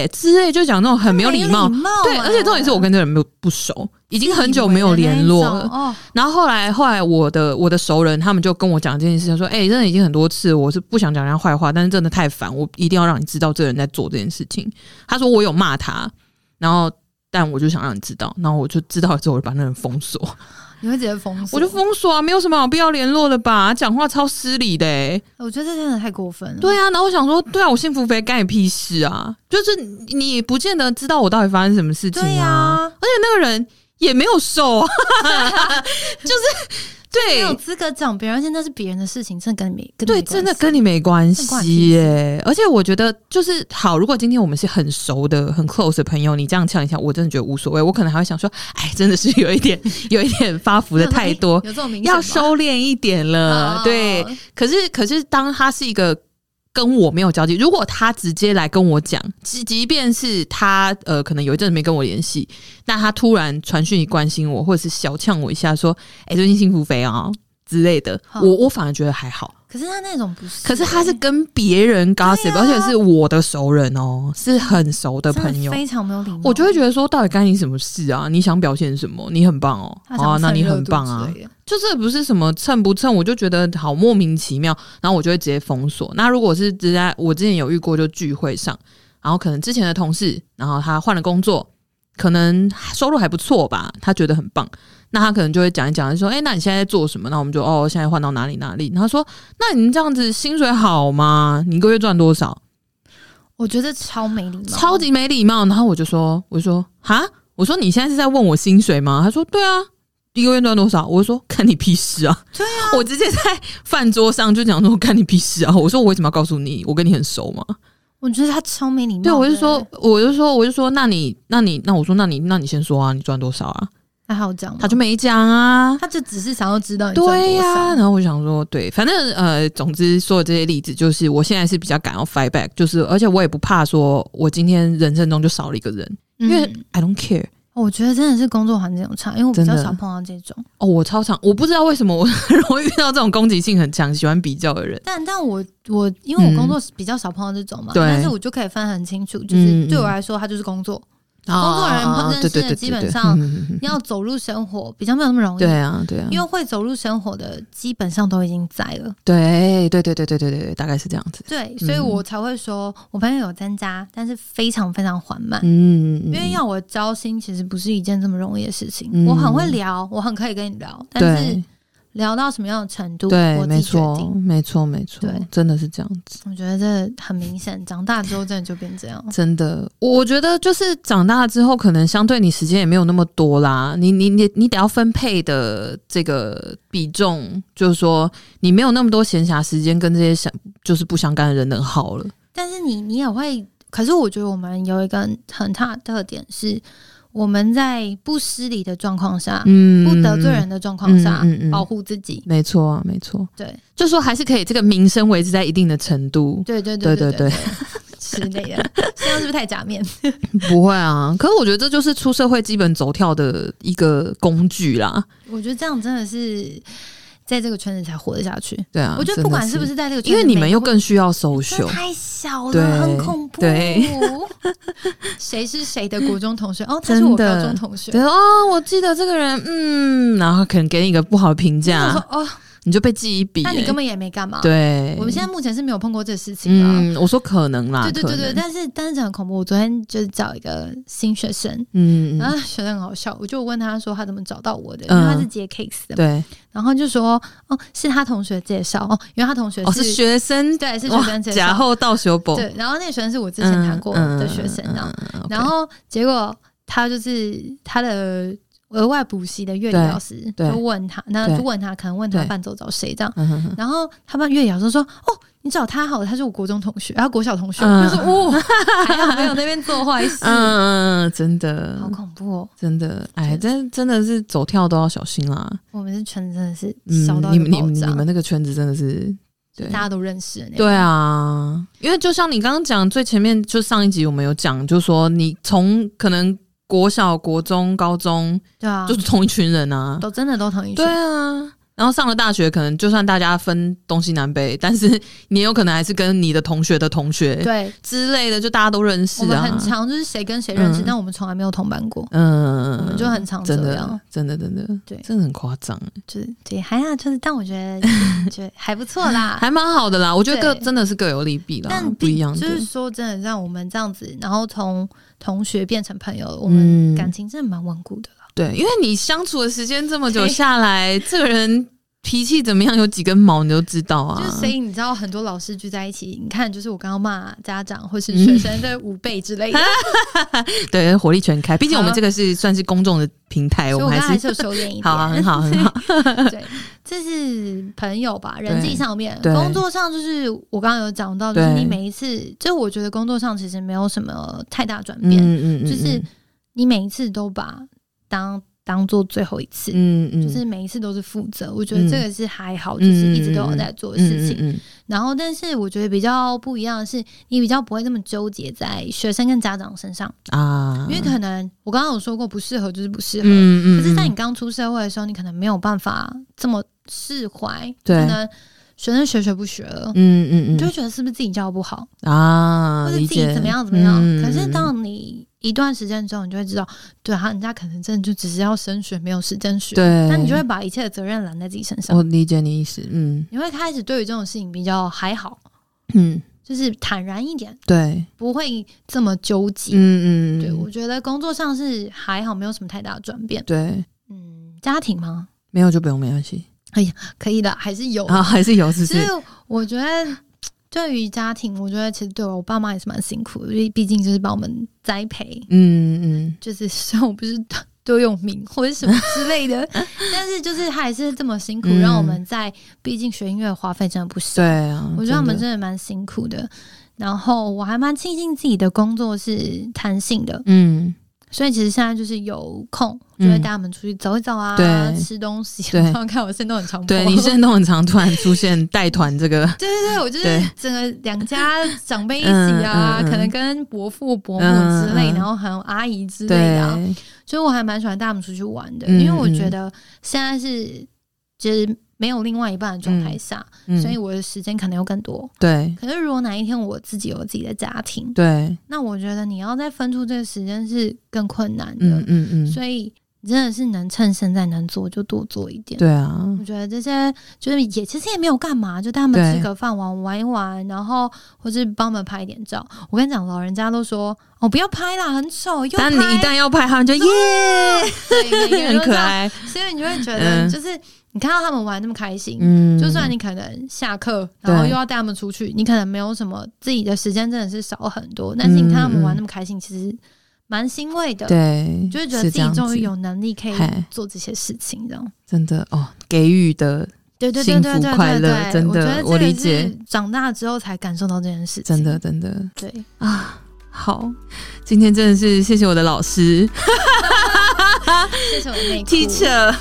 Speaker 1: 欸、之类，就讲那种很没有礼貌。
Speaker 2: 没有啊
Speaker 1: 对，而且重点是我跟这个人没有不熟，已经很久没有联络
Speaker 2: 自以为的那
Speaker 1: 了
Speaker 2: 一。种哦，
Speaker 1: 然后后来后来我的我的熟人他们就跟我讲这件事情，说：“哎、真的已经很多次，我是不想讲人家坏话，但是真的太烦，我一定要让你知道这个人在做这件事情。”他说我有骂他，然后但我就想让你知道，然后我就知道了之后，我就把那人封锁，
Speaker 2: 你会直接封锁。
Speaker 1: 我就，封锁啊，没有什么好必要联络的吧？讲话超失礼的、欸，
Speaker 2: 我觉得这真的太过分了。
Speaker 1: 对啊。然后我想说，对啊，我幸福肥干你屁事啊！就是你也不见得知道我到底发生什么事情
Speaker 2: 对呀、
Speaker 1: 啊，而且那个人也没有瘦啊， 就是
Speaker 2: 没
Speaker 1: 对，
Speaker 2: 有资格讲别人，而且那是别人的事情，真的跟你没跟你
Speaker 1: 对，
Speaker 2: 没关
Speaker 1: 真的
Speaker 2: 系
Speaker 1: 跟你没关
Speaker 2: 真的关
Speaker 1: 系
Speaker 2: 你
Speaker 1: 耶、而且我觉得就是好，如果今天我们是很熟的、很 close 的朋友，你这样呛一下，我真的觉得无所谓。我可能还会想说，哎，真的是有一点 有一点发福的太多，
Speaker 2: 有这种明显吗
Speaker 1: 要收敛一点了。
Speaker 2: 哦
Speaker 1: 对，可是可是当他是一个。跟我没有交集。如果他直接来跟我讲，即即便是他呃，可能有一阵子没跟我联系，那他突然传讯息关心我，或者是小呛我一下，说：“哎、最近幸福肥啊、之类的。
Speaker 2: 好
Speaker 1: 我我反而觉得还好。
Speaker 2: 可是他那种不是欸，
Speaker 1: 可是他是跟别人 gossip，、而且是我的熟人哦，是很熟的
Speaker 2: 啊真的
Speaker 1: 朋友，
Speaker 2: 非常没有礼貌。
Speaker 1: 我就会觉得说，到底干你什么事啊？你想表现什么？你很棒哦，
Speaker 2: 他想
Speaker 1: 好啊，那
Speaker 2: 蹭
Speaker 1: 你
Speaker 2: 热
Speaker 1: 很
Speaker 2: 度
Speaker 1: 棒
Speaker 2: 之
Speaker 1: 啊。
Speaker 2: 类的
Speaker 1: 就这不是什么蹭不蹭，我就觉得好莫名其妙，然后我就会直接封锁。那如果是直接，我之前有遇过，就聚会上，然后可能之前的同事，然后他换了工作，可能收入还不错吧，他觉得很棒，那他可能就会讲一讲，就说：“哎、那你现在在做什么？”那我们就哦，现在换到哪里哪里。然后他说：“那你这样子薪水好吗？你一个月赚多少？”
Speaker 2: 我觉得超没礼貌，
Speaker 1: 超级没礼貌。然后我就说，我就说哈，我说你现在是在问我薪水吗？他说对啊，一个月赚多少？我就说看你屁事啊！
Speaker 2: 对
Speaker 1: 啊，我直接在饭桌上就讲说看你屁事啊！我说我为什么要告诉你？我跟你很熟吗？
Speaker 2: 我觉得他超没礼貌的。
Speaker 1: 对，我就说，我就说，我就说，那你，那你，那我说，那你，那你先说啊，你赚多少啊？
Speaker 2: 他还有讲吗？
Speaker 1: 他就没讲啊。
Speaker 2: 他就只是想要知道你赚
Speaker 1: 对
Speaker 2: 多
Speaker 1: 呀、
Speaker 2: 少。
Speaker 1: 然后我想说，对，反正呃，总之说的这些例子，就是我现在是比较敢要 fight back，就是而且我也不怕说，我今天人生中就少了一个人，因为
Speaker 2: 嗯
Speaker 1: I don't care，
Speaker 2: 我觉得真的是工作环境有差，因为我比
Speaker 1: 真
Speaker 2: 较
Speaker 1: 的
Speaker 2: 少碰到这种。
Speaker 1: 哦，我超常，我不知道为什么我 很容易遇到这种攻击性很强、喜欢比较的人。
Speaker 2: 但但我我因为我
Speaker 1: 嗯
Speaker 2: 工作比较少碰到这种嘛，
Speaker 1: 对
Speaker 2: 但是我就可以分很清楚，
Speaker 1: 嗯
Speaker 2: 就是
Speaker 1: 嗯
Speaker 2: 对我来说，他就是工作，
Speaker 1: 工
Speaker 2: 作人不
Speaker 1: 啊
Speaker 2: 认识的
Speaker 1: 对对对对对
Speaker 2: 基本上
Speaker 1: 嗯嗯嗯嗯
Speaker 2: 要走入生活比较没有那么容易
Speaker 1: 对。啊，对啊，
Speaker 2: 因为会走入生活的基本上都已经在了，
Speaker 1: 对对对对对对对对，大概是这样子。
Speaker 2: 对，所以
Speaker 1: 嗯
Speaker 2: 我才会说，我朋友有增加，但是非常非常缓慢，
Speaker 1: 嗯，
Speaker 2: 因为要我交心，其实不是一件这么容易的事情。
Speaker 1: 嗯
Speaker 2: 我很会聊，我很可以跟你聊，但是
Speaker 1: 对
Speaker 2: 聊到什么样的程度，
Speaker 1: 对，
Speaker 2: 我自
Speaker 1: 没
Speaker 2: 己决
Speaker 1: 错，
Speaker 2: 定。
Speaker 1: 没错，没错
Speaker 2: 对，
Speaker 1: 真的是这样子。
Speaker 2: 我觉得这很明显，长大之后真的就变 这样。
Speaker 1: 真的，我我觉得就是长大之后，可能相对你时间也没有那么多啦。你你你你得要分配的这个比重，就是说你没有那么多闲暇时间跟这些相就是不相干的人能耗了。
Speaker 2: 但是你你也会，可是我觉得我们有一个很大的特点是，我们在不失礼的状况下，
Speaker 1: 嗯，
Speaker 2: 啊不得罪人的状况下，
Speaker 1: 嗯嗯嗯嗯
Speaker 2: 保护自己。
Speaker 1: 没错啊，没错，
Speaker 2: 对
Speaker 1: 就说还是可以这个名声维持在一定的程度。
Speaker 2: 对对
Speaker 1: 对
Speaker 2: 对
Speaker 1: 对，
Speaker 2: 之类的， 这样是不是太假面？
Speaker 1: 不会啊。可是我觉得这就是出社会基本走跳的一个工具啦。
Speaker 2: 我觉得这样真的是在这个圈子才活得下去。
Speaker 1: 对啊，
Speaker 2: 我觉得
Speaker 1: 真
Speaker 2: 不
Speaker 1: 的
Speaker 2: 管
Speaker 1: 是
Speaker 2: 是不，是在这个圈
Speaker 1: 因
Speaker 2: 子，
Speaker 1: 为你们
Speaker 2: 每
Speaker 1: 又
Speaker 2: 个
Speaker 1: 更需要
Speaker 2: 真的
Speaker 1: social，
Speaker 2: 太小
Speaker 1: 对
Speaker 2: 了，很恐怖。
Speaker 1: 对，
Speaker 2: 谁是谁的国中同学？ 哦，他是我
Speaker 1: 真的
Speaker 2: 高中同学。
Speaker 1: 对哦，我记得这个人，嗯，然后可能给你一个不好的评
Speaker 2: 我说
Speaker 1: 价，
Speaker 2: 哦，
Speaker 1: 你就被记一笔、
Speaker 2: 那你
Speaker 1: 欸
Speaker 2: 根本也没干嘛。，
Speaker 1: 对，
Speaker 2: 我们现在目前是没有碰过这事情啊。
Speaker 1: 嗯，我说可能啦，
Speaker 2: 对对对
Speaker 1: 可
Speaker 2: 对，
Speaker 1: 能嗯
Speaker 2: 但是但是很恐怖。我昨天就是找一个新学生，
Speaker 1: 嗯，
Speaker 2: 然
Speaker 1: 嗯
Speaker 2: 后学生很好笑，我就问他说他怎么找到我的，因
Speaker 1: 嗯
Speaker 2: 为他是接 case 的嘛，
Speaker 1: 对，
Speaker 2: 然后就说哦是他同学介绍哦，因为他同学
Speaker 1: 哦，是学生
Speaker 2: 对是学
Speaker 1: 哇
Speaker 2: 生介
Speaker 1: 假
Speaker 2: 绍，
Speaker 1: 后到修补，
Speaker 2: 对，然后那个学生是我之
Speaker 1: 之
Speaker 2: 前谈过的学生，这样，
Speaker 1: 嗯嗯嗯嗯
Speaker 2: 然后结果他就是他的额外补习的乐理
Speaker 1: 对
Speaker 2: 老师
Speaker 1: 对
Speaker 2: 就问他，那
Speaker 1: 对
Speaker 2: 就问他可能问他
Speaker 1: 对
Speaker 2: 伴奏找谁这样，
Speaker 1: 嗯哼哼
Speaker 2: 然后他们乐理老师说哦你找他好了，他是我国中同学，然后国小同学，
Speaker 1: 嗯
Speaker 2: 他说 哦还好没有那边做坏事，
Speaker 1: 嗯嗯，真的
Speaker 2: 好，恐怖哦，
Speaker 1: 真的，哎，
Speaker 2: 真
Speaker 1: 真真的是走跳都要小心啦。
Speaker 2: 我们是圈真的是
Speaker 1: 嗯
Speaker 2: 小，到
Speaker 1: 你
Speaker 2: 一个
Speaker 1: 们你
Speaker 2: 爆
Speaker 1: 们
Speaker 2: 炸，
Speaker 1: 你们那个圈子真的是，对
Speaker 2: 大家都认识的那种
Speaker 1: 对，啊，因为就像你刚刚讲，最前面就上一集我们有讲，就说你从可能国小、国中、高中，
Speaker 2: 对啊，
Speaker 1: 就是同一群人啊，
Speaker 2: 都真的都同一群
Speaker 1: 对，啊。然后上了大学，可能就算大家分东西南北，但是你也有可能还是跟你的同学的同学
Speaker 2: 对，
Speaker 1: 之类的，就大家都认识
Speaker 2: 我们
Speaker 1: 啊。
Speaker 2: 很常就是谁跟谁认识，
Speaker 1: 嗯
Speaker 2: 但我们从来没有同班过，
Speaker 1: 嗯，
Speaker 2: 我们就很常
Speaker 1: 真
Speaker 2: 这样
Speaker 1: 的，，真的，真的，
Speaker 2: 对
Speaker 1: 真的很夸张，
Speaker 2: 就是对，还好，就是但我觉得觉得还不错 啦。
Speaker 1: 还蛮好的啦。我觉得各
Speaker 2: 啊对
Speaker 1: 真的是各有利弊啦
Speaker 2: 但，
Speaker 1: 不一样
Speaker 2: 就
Speaker 1: 的。
Speaker 2: 是说真的，让我们这样子，然后从同学变成朋友，我
Speaker 1: 嗯
Speaker 2: 们感情真的蛮稳固的啦。
Speaker 1: 对，因为你相处的时间这么久
Speaker 2: 对
Speaker 1: 下 来，这个人脾气怎么样，有几根毛你都知道啊。
Speaker 2: 就是所以你知道，很多老师聚在一起，你看，就是我刚刚骂家长或
Speaker 1: 嗯
Speaker 2: 是学生的五倍之类的，
Speaker 1: 对，火力全开。毕竟我们
Speaker 2: 好
Speaker 1: 这个是算是公众的平台，
Speaker 2: 所以
Speaker 1: 哎我
Speaker 2: 我
Speaker 1: 们
Speaker 2: 刚刚
Speaker 1: 还
Speaker 2: 还
Speaker 1: 是
Speaker 2: 是有收敛一点。
Speaker 1: 好啊，很好，很好。
Speaker 2: 对，这是朋友吧，人
Speaker 1: 对
Speaker 2: 际上面，
Speaker 1: 对
Speaker 2: 工作上就是我刚刚有讲到，就是
Speaker 1: 对
Speaker 2: 你每一次，就我觉得工作上其实没有什么太大转
Speaker 1: 嗯
Speaker 2: 变，
Speaker 1: 嗯嗯，
Speaker 2: 就是你每一次都把当当做最后一次，
Speaker 1: 嗯嗯，
Speaker 2: 就是每一次都是负责。我觉得这个是还好，
Speaker 1: 嗯
Speaker 2: 就是一直都有在做的事情。
Speaker 1: 嗯嗯嗯
Speaker 2: 然后，但是我觉得比较不一样的是，你比较不会这么纠结在学生跟家长身上，
Speaker 1: 嗯啊，
Speaker 2: 因为可能我刚刚有说过，不适合就是不适合。
Speaker 1: 嗯嗯，
Speaker 2: 可是，在
Speaker 1: 嗯
Speaker 2: 你刚出社会的时候，你可能没有办法这么释怀，
Speaker 1: 对
Speaker 2: 可能学生学学不学了，
Speaker 1: 嗯嗯嗯
Speaker 2: 你就会觉得是不是自己教不好，
Speaker 1: 啊，
Speaker 2: 或者
Speaker 1: 理
Speaker 2: 自己
Speaker 1: 解
Speaker 2: 怎么样怎么样。
Speaker 1: 嗯
Speaker 2: 可是当你一段时间之后，你就会知道，对啊，人家可能真的就只是要升学，没有时间学。
Speaker 1: 对，
Speaker 2: 那你就会把一切的责任揽在自己身上
Speaker 1: 我，理解你意思，嗯
Speaker 2: 你会开始对于这种事情比较还好，
Speaker 1: 嗯，
Speaker 2: 就是坦然一点，
Speaker 1: 对，
Speaker 2: 不会这么纠结。
Speaker 1: 嗯嗯，
Speaker 2: 对我觉得工作上是还好，没有什么太大的转变。
Speaker 1: 对，
Speaker 2: 嗯，家庭吗？
Speaker 1: 没有就不用没关系
Speaker 2: 可以的，还是有
Speaker 1: 啊，还是有，是不
Speaker 2: 哦其
Speaker 1: 是
Speaker 2: 实？我觉得，对于家庭，我觉得其实对我爸妈也是蛮辛苦的，因为毕竟就是把我们栽培，
Speaker 1: 嗯嗯。
Speaker 2: 就是虽然我不是 多用名或者什么之类的，但是就是他还是这么辛苦，
Speaker 1: 嗯
Speaker 2: 让我们在毕竟学音乐花费真的不少
Speaker 1: 对。啊，
Speaker 2: 我觉得他们
Speaker 1: 真的
Speaker 2: 真的蛮辛苦的。然后我还蛮庆幸自己的工作是弹性的，
Speaker 1: 嗯，
Speaker 2: 所以其实现在就是有空就
Speaker 1: 嗯
Speaker 2: 会带他们出去走一走啊，
Speaker 1: 对
Speaker 2: 吃东西。
Speaker 1: 对
Speaker 2: 然后看我现在都很常
Speaker 1: 对
Speaker 2: 播
Speaker 1: 你现在都很常突然出现带团这个，
Speaker 2: 对对对，我就是
Speaker 1: 嗯对
Speaker 2: 整个两家长辈一起啊，
Speaker 1: 嗯嗯嗯
Speaker 2: 可能跟伯父、伯母
Speaker 1: 嗯
Speaker 2: 之类，
Speaker 1: 嗯
Speaker 2: 然后还有阿姨之类
Speaker 1: 对
Speaker 2: 的、啊，所以我还蛮喜欢带他们出去玩的，
Speaker 1: 嗯
Speaker 2: 因为我觉得现在是就是没有另外一半的状态下，
Speaker 1: 嗯
Speaker 2: 所以我的时间可能有更多。
Speaker 1: 对
Speaker 2: 可是如果哪一天我自己有自己的家庭，
Speaker 1: 对，
Speaker 2: 那我觉得你要再分出这个时间是更困难
Speaker 1: 嗯
Speaker 2: 的，
Speaker 1: 嗯嗯，
Speaker 2: 所以真的是能趁现在能做就多做一点。
Speaker 1: 对啊
Speaker 2: 我，觉得这些就是也其实也没有干嘛，就带他们
Speaker 1: 对
Speaker 2: 吃个饭玩玩一玩，然后或是帮我们拍一点照。我跟你讲，老人家都说哦不要拍啦，很丑，又拍哦
Speaker 1: 但你一旦要拍，他们就耶，
Speaker 2: 对每个人
Speaker 1: 很
Speaker 2: 都这
Speaker 1: 可
Speaker 2: 样，
Speaker 1: 爱，
Speaker 2: 所以你就会觉 得
Speaker 1: 嗯
Speaker 2: 就是、你看到他们玩那么开心。
Speaker 1: 嗯，
Speaker 2: 就算你可能下课，然后
Speaker 1: 对
Speaker 2: 又要带他们出去，你可能没有什么自己的时间，真的是少很多。但是你看他们玩那么开心，其实蛮欣慰的，
Speaker 1: 嗯对，
Speaker 2: 你就会觉得
Speaker 1: 是
Speaker 2: 自
Speaker 1: 这样
Speaker 2: 己终
Speaker 1: 子
Speaker 2: 于有能力可以
Speaker 1: 嗨
Speaker 2: 做这些事情，这样。
Speaker 1: 真的哦，给予的
Speaker 2: 对对对
Speaker 1: 幸
Speaker 2: 对
Speaker 1: 福
Speaker 2: 对
Speaker 1: 快
Speaker 2: 对
Speaker 1: 乐
Speaker 2: 对，
Speaker 1: 真
Speaker 2: 我
Speaker 1: 的
Speaker 2: 觉得
Speaker 1: 我
Speaker 2: 这个
Speaker 1: 理解
Speaker 2: 是长大之后才感受到这件事情，
Speaker 1: 真的真的
Speaker 2: 对，
Speaker 1: 啊，好，今天真的是谢谢我的老师，
Speaker 2: 这是我内裤
Speaker 1: teacher。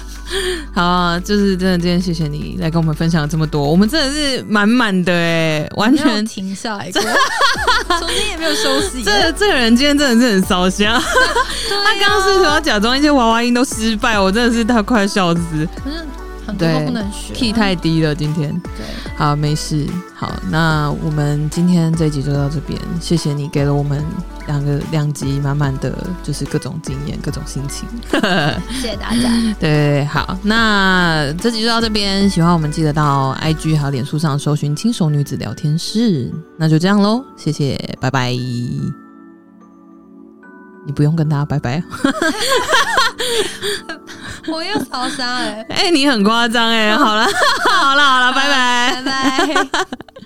Speaker 1: 好 啊，就是真的，今天谢谢你来跟我们分享了这么多，我们真的是满满的哎、完
Speaker 2: 没有
Speaker 1: 全
Speaker 2: 停下来过，中间也没有休息。
Speaker 1: 这这个人今天真的是很烧 香，啊
Speaker 2: 他 啊
Speaker 1: 他刚刚试图要假装一些娃娃音都失败，我真的是他快笑死。
Speaker 2: 我就很多都
Speaker 1: 对
Speaker 2: 不能学。啊
Speaker 1: key 太低了，今天
Speaker 2: 对，
Speaker 1: 好没事，好，那我们今天这一集就到这边，谢谢你给了我们两个两集满满的就是各种经验、各种心情。
Speaker 2: 谢谢大家，
Speaker 1: 对，好，那这集就到这边。喜欢我们，记得到 IG 还有脸书上搜寻“轻熟女子聊天室”。那就这样喽，谢谢，拜拜。你不用跟大家拜 拜啊，
Speaker 2: 我又烧伤了，
Speaker 1: 哎、你很夸张哎，好了，好了，好了，拜拜
Speaker 2: 拜。拜。